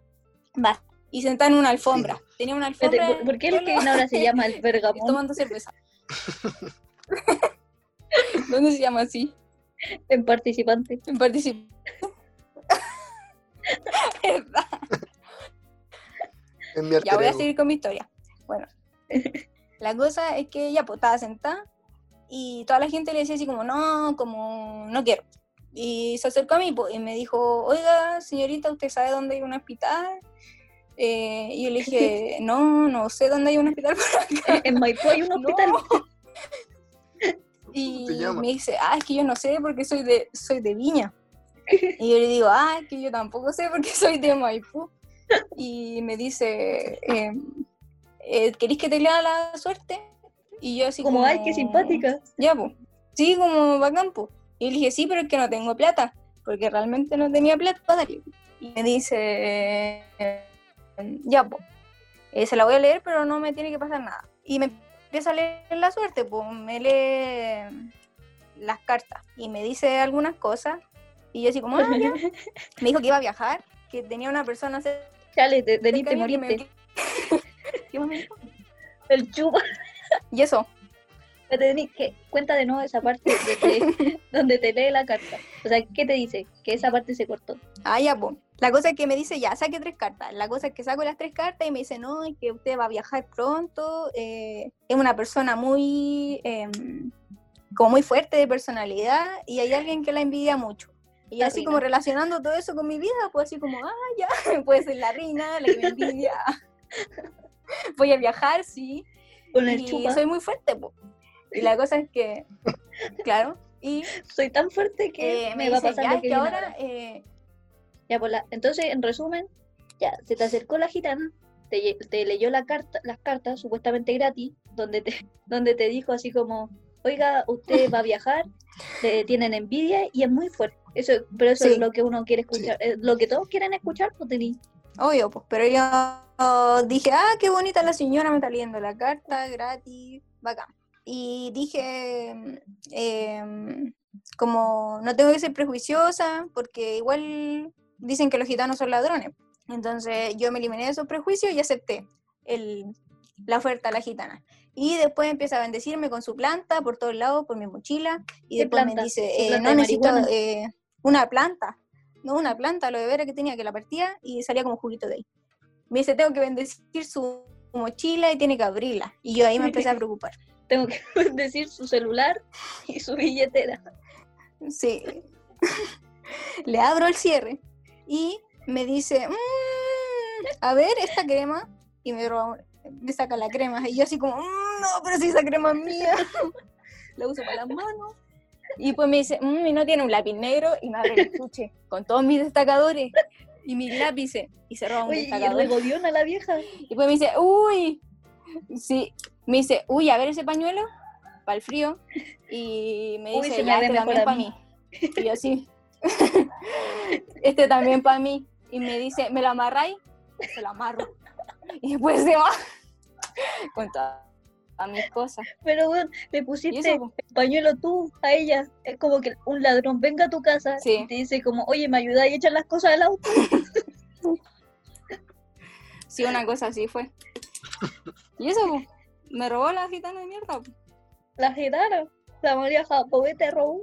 Va. Y sentada en una alfombra. Tenía una alfombra.
Espérate, ¿por- ¿Por qué el que
solo-
ahora se llama el
y
Bergamón?
tomando cerveza. ¿Dónde se llama así?
En participante.
En participo. ¿Verdad?
es mi
Ya
alter
voy a
ego.
seguir con mi historia. Bueno, la cosa es que ella pues, estaba sentada y toda la gente le decía así como, no, como, no quiero. Y se acercó a mí pues, y me dijo, oiga, señorita, ¿usted sabe dónde hay un hospital? Eh, y yo le dije, no, no sé dónde hay un hospital por acá.
Eh, En Maipú hay un
No.
hospital.
Y
te llamas?
me dice, ah, es que yo no sé porque soy de, soy de Viña. Y yo le digo, ah, es que yo tampoco sé porque soy de Maipú. Y me dice, eh, eh, ¿queréis que te lea la suerte? Y yo así como...
Como, ay, qué simpática.
Ya, pues. Sí, como bacán, pues. Y le dije, sí, pero es que no tengo plata, porque realmente no tenía plata para darle. Y me dice, ya, pues. Eh, se la voy a leer, pero no me tiene que pasar nada. Y me empieza a leer la suerte, pues me lee las cartas y me dice algunas cosas. Y yo así como, ah, ya. me dijo que iba a viajar, que tenía una persona cerca
Chale, de, de ni te
mío que me-
moriste.
¿Qué más me dijo?
El chupa.
Y eso,
Te tenés que cuenta de nuevo esa parte de que- donde te lee la carta. O sea, ¿qué te dice? Que esa parte se cortó.
Ah, ya, pues. La cosa es que me dice, ya, saque tres cartas. La cosa es que saco las tres cartas y me dice, no, es que usted va a viajar pronto. eh, es una persona muy, em, como muy fuerte de personalidad y hay alguien que la envidia mucho. Y
La
así
reina.
como relacionando todo eso con mi vida, pues así como, ah, ya, puede ser la reina, la que me envidia. Voy a viajar, sí.
Con el
Y
chupa. Soy,
soy muy fuerte, po. Y la cosa es que, claro, y
tan fuerte que
eh,
me,
me,
va a
dice,
pasar
ya,
lo
es
que
que
viene
ahora...
ahora".
eh,
Ya, pues la- entonces, en resumen, ya, se te acercó la gitana, te, lle- te leyó la carta, las cartas, supuestamente gratis, donde te, donde te dijo así como, oiga, usted va a viajar, le tienen envidia y es muy fuerte. Eso, pero eso
Sí.
es lo que uno quiere escuchar, eh, lo que todos quieren escuchar, pues tení.
Obvio, pues, pero yo oh, dije, ah, qué bonita la señora, me está leyendo la carta, gratis, bacán. Y dije, mm, em, como no tengo que ser prejuiciosa, porque igual dicen que los gitanos son ladrones. Entonces yo me eliminé de esos prejuicios y acepté el- la oferta a la gitana. Y después empieza a bendecirme con su planta por todos lados, por mi mochila. Y
¿Qué
después
planta?
me dice,
¿Su
eh,
planta
no
de
necesito
marihuana?
eh, una planta. No, una planta, lo de vera que tenía, que la partía y salía como juguito de ahí. Me dice, tengo que bendecir su mochila y tiene que abrirla. Y yo ahí me empecé a preocupar.
Tengo que decir su celular y su billetera.
Sí. Le abro el cierre y me dice, "Mm, a ver, esta crema. Y me, roba un- me saca la crema. Y yo así como, "Mm, no, pero si esa crema es mía. La uso para las manos. Y pues me dice, "Mm, y no tiene un lápiz negro. Y me abre el estuche con todos mis destacadores y mis lápices. Y se roba un
Oye, y
destacador.
regodiona la vieja.
Y pues me dice, uy, sí, me dice, uy, a ver ese pañuelo, para el frío. Y me
Uy,
dice,
se me
ya,
ve
este
mejor
también
a
para
mí".
mí. Y yo sí, este también para mí. Y me dice, ¿me lo amarráis? Se lo amarro. Y después se va con todas mis cosas.
Pero bueno, le
Y
pusiste
eso, pues,
pañuelo tú a ella. Es como que un ladrón venga a tu casa
Sí.
y te dice como, oye, me ayuda y echar las cosas al auto.
sí, una cosa así fue. Y eso, pues, me robó la gitana de mierda. pues.
La gitanas, la María Jacobe te robó.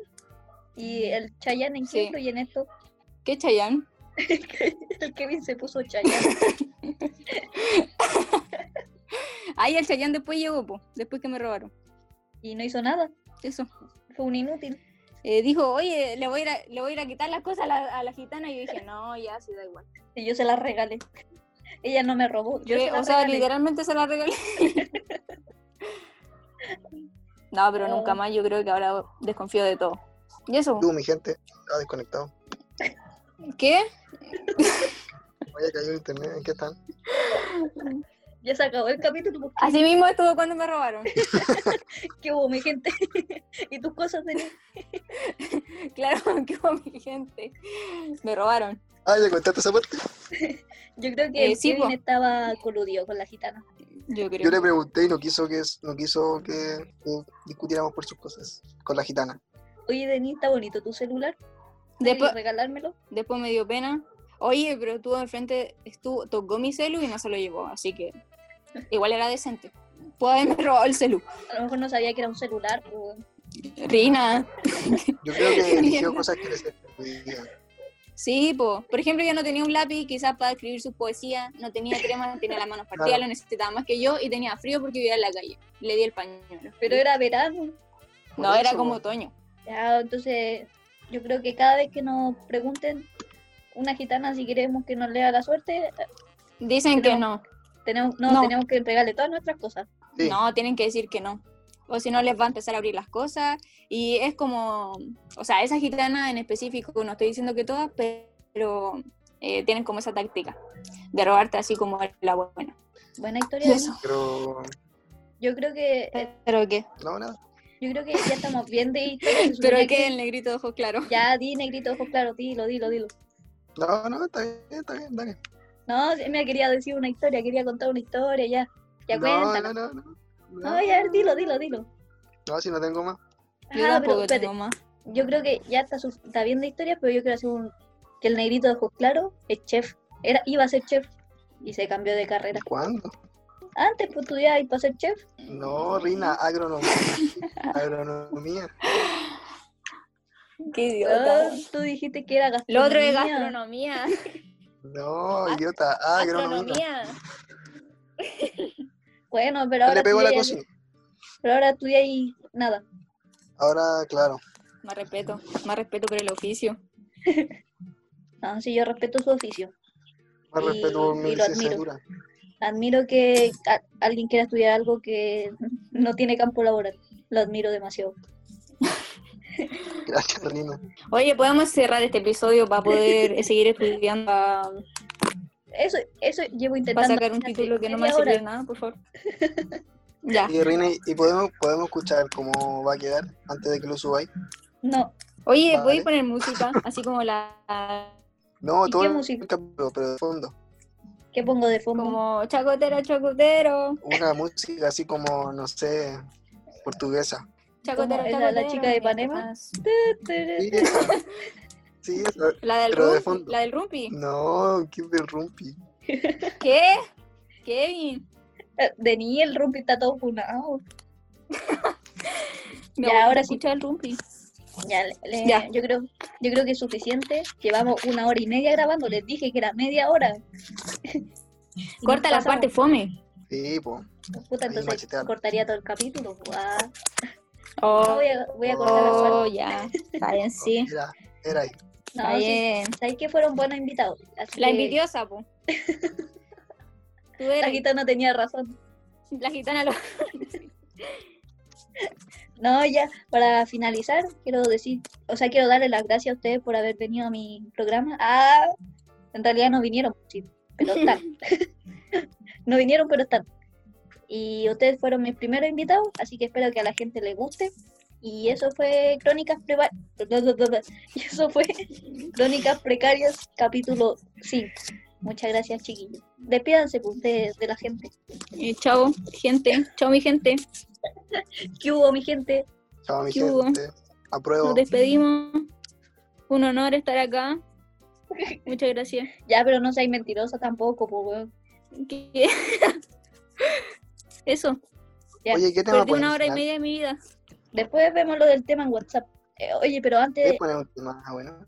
Y el Chayanne en
Mm. Sí.
qué y en esto.
¿Qué Chayán?
El Kevin se puso Chayanne.
Ahí el Chayán después llegó, pues, después que me robaron.
y no hizo nada.
Eso.
Fue un inútil.
eh, dijo, oye, le voy, a ir a, le voy a ir a quitar las cosas a la, a la gitana. Y yo dije, no, ya, sí, da igual.
Y yo se la regalé. Ella no me robó. Yo
Que,
se la
o sea,
regalé.
literalmente se la regalé. no, pero nunca
Oh.
más. Yo creo que ahora desconfío de todo. ¿Y eso?
Tú, mi gente, ha desconectado.
¿Qué?
Oye, cayó el internet, ¿en qué están?
Ya se acabó el capítulo porque
Así mismo estuvo cuando me robaron.
qué hubo mi gente. y tus cosas de
claro, qué hubo mi gente. Me robaron.
Ah, ya contaste esa parte.
Yo creo que
Eh, sí,
Kevin
po.
estaba coludido con la gitana.
Yo creo.
Yo le pregunté y no quiso que no quiso que, que discutiéramos por sus cosas con la gitana.
Oye, Denis, está bonito tu celular. ¿Puedes
Después,
regalármelo?
después me dio pena. Oye, pero estuvo enfrente, estuvo, tocó mi celu y no se lo llevó, así que igual era decente. Puedo haberme robado el celu.
A lo mejor no sabía que era un celular. o-
Rina.
Yo creo que
Qué
eligió
mierda.
cosas que le servían.
Sí, po. por ejemplo, yo no tenía un lápiz quizás para escribir sus poesías, no tenía crema, tenía las manos partidas,
Claro.
lo necesitaba más que yo y tenía frío porque vivía en la calle. Le di el pañuelo.
Pero era verano.
Por
No, era
eso,
como
po.
otoño.
Ya, entonces, yo creo que cada vez que nos pregunten una gitana si queremos que nos lea la suerte,
Dicen
Pero-
que no.
tenemos, no,
No.
tenemos que entregarle todas nuestras cosas.
Sí.
No, tienen que decir que no. O si no, les va a empezar a abrir las cosas. Y es como, o sea, esa gitana en específico, no estoy diciendo que todas, pero eh, tienen como esa táctica de robarte así como la buena.
Buena
Y
historia.
eso.
Pero
Yo creo que eh,
¿Pero qué?
no nada.
yo creo que ya estamos bien de historia, se
¿Pero
suponía
qué? El negrito de ojos claros.
Ya, di negrito, ojo claro, dilo, dilo, dilo.
No, no, está bien, está bien, dale.
No, sí, mira, quería decir una historia, quería contar una historia, ya. Ya
no,
cuéntala.
no, no, no.
No, ya, a ver, dilo, dilo, dilo.
No, si no tengo más.
Yo
Ah, pero
tampoco
espérate,
tengo más.
yo creo que ya está, su- está bien de historia, pero yo quiero hacer un... Que el negrito de ojos claros es chef. Era, iba a ser chef y se cambió de carrera.
¿Cuándo?
Antes pues, estudiaba y para ser chef.
No, Rina, agronomía. agronomía.
Qué
Ah,
idiota.
tú dijiste que era gastronomía.
Lo otro es gastronomía.
No, idiota, ah,
Ah,
agronomía.
Gastronomía.
Bueno, pero
Yo
ahora,
Le pegó a la
estudiáis-
cocina.
pero ahora estudia y nada.
Ahora, claro.
Más respeto, más respeto por el oficio.
No, Ah, sí, yo respeto su oficio.
Más
Y-
respeto por mi
y lo admiro.
licenciatura.
Admiro que a- alguien quiera estudiar algo que no tiene campo laboral. Lo admiro demasiado.
Gracias, Rina.
Oye, podemos cerrar este episodio para poder seguir estudiando a
Eso, eso llevo
Para
intentando.
sacar un
hace
título que no me ha
media hora.
servido de nada, por favor. ya.
Y Rina, ¿y podemos, podemos escuchar cómo va a quedar antes de que lo subáis?
No,
Oye,
Vale.
¿puedes poner música? Así como la...
No,
¿Y
todo
qué
el
música?
capítulo, pero de fondo.
¿qué pongo de fondo?
Como chacotero, chacotero,
Una música así como, no sé, portuguesa.
chacotero,
¿Como
chacotero.
la- la chica de Ipanema?
Sí, esa. Sí, esa.
La del,
Pero de
rumpi,
fondo.
la del rumpi.
No, qué del rumpi.
¿Qué? Kevin.
De ni el rumpi está todo funado. Ya,
Me voy a
ahora sí.
escuchar el rumpi.
Ya, le- le-
Ya.
Yo, creo, yo creo que es suficiente. Llevamos una hora y media grabando. Les dije que era media hora. Y
Corta la
nos pasamos.
parte fome.
Sí, po.
Puta,
ahí
entonces
machetearon.
cortaría todo el capítulo. guau. No,
Oh,
voy, a, voy a cortar la
oh,
suerte.
ya. Está bien, sí.
Era, era ahí.
No,
Está
sí,
bien.
sabéis que fueron buenos invitados. Así
La
que
envidiosa, po. Tú
La
eres
gitana tenía razón.
la gitana. lo-
No, ya, para finalizar, quiero decir, o sea, quiero darle las gracias a ustedes por haber venido a mi programa. Ah, en realidad no vinieron, sí, pero están. no vinieron, pero están. Y ustedes fueron mis primeros invitados, así que espero que a la gente les guste. Y eso fue Crónicas Precarias. Y eso fue Crónicas Precarias, capítulo 5. Muchas gracias, chiquillos. Despídanse pues, ustedes de la gente.
Eh, chao, gente. Chao, mi gente.
¿Qué hubo, mi gente?
Chao, mi
¿Qué hubo?
gente. Apruebo.
Nos despedimos. Un honor estar acá. Muchas gracias.
Ya, pero no seáis mentirosas tampoco, pues, weón.
Que- Eso,
Ya,
Oye, ¿qué tema
perdí
pones?
una hora y
Ah,
media de mi vida.
Después vemos lo del tema en WhatsApp. Eh, oye, pero antes,
¿Quieres poner un tema? Ah, bueno.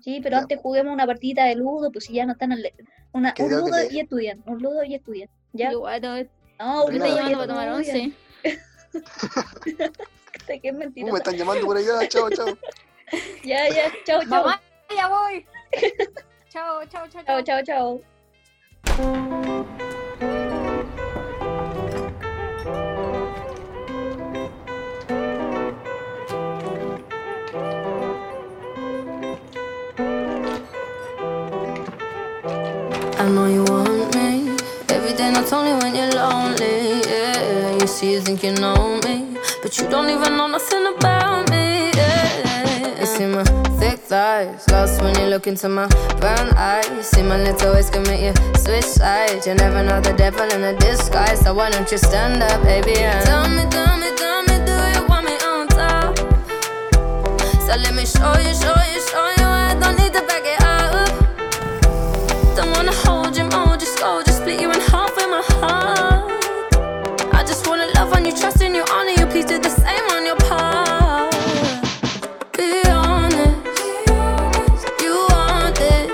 sí, pero
ya.
antes juguemos una partidita de ludo, pues si ya no están al una,
Que
un
creo que
ludo
le-
y estudian, un ludo y estudian. Ya,
Yo guay, no, me
no, un
Rina,
ludo
está
y
llamando para tomar
estudian.
once.
Puta, Qué
Uh, me
mentirosa.
están llamando por allá. Chao, chao.
Ya, ya, chao, chao.
Mamá, ya voy. chao, chao, chao,
Chao,
chao.
chao, chao.
I know you want me. Every day, not only when you're lonely. Yeah, you see, you think you know me, but you don't even know nothing about me. Yeah, you see my thick thighs, lost when you look into my brown eyes. See my little ways commit you switch sides. You never know the devil in a disguise, so why don't you stand up, baby? And tell me, tell me, tell me, do you want me on top? So let me show you, show you, show you. I don't need to back it up. Don't wanna hold oh, you, mold you, scold you, split you in half with my heart. I just wanna love on you, trust in you, honor you. Please do the same on your part. Be honest, you want this.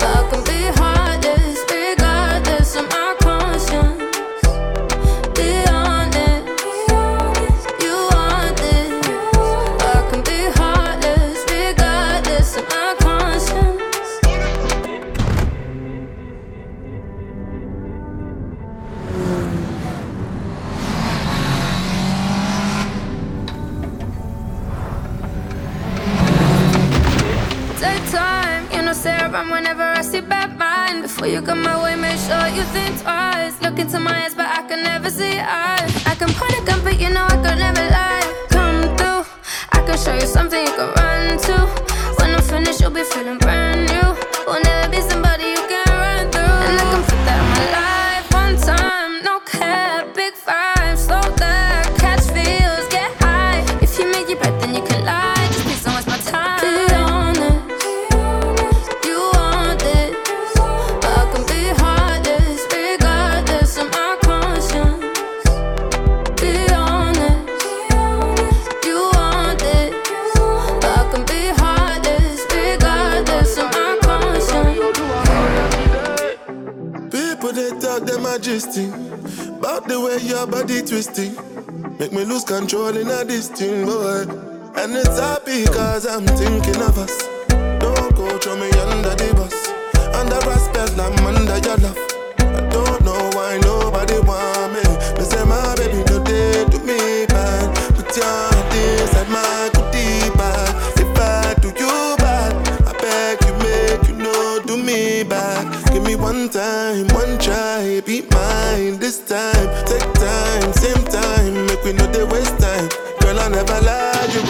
But I can be heartless, regardless of my conscience. Be honest, you want this. But I can be heartless, regardless of my conscience. Take time, you know, Sarah, I'm whenever I see bad mind. Before you come my way, make sure you think twice. Look into my eyes, but I can never see eyes. I can point a gun, but you know I could never lie. Come through, I can show you something you can run to. When I'm finished, you'll be feeling brand new. Will never be somebody you can run through. And I can put that in my life one time, no cap, big five, slow down, catch feels, get high. If you make your bet, then you can lie. Just please don't waste my time. Be honest, you want it, but I can be heartless, regardless of my conscience. Be honest, you want it, but I can be heartless, regardless of my conscience.
People they talk them majesty About the way your body twisting Make me lose control in a this thing boy And it's happy cause I'm thinking of us Don't go throw me under the bus Under respect I'm under your love I don't know why nobody want me Me say my baby no day to me bad Put your hand inside my goodie bag If I do you bad I beg you make you know do me back. Give me one time, one try, be mine this time. Take time, same time, make we know they waste time. Girl, I never lie, you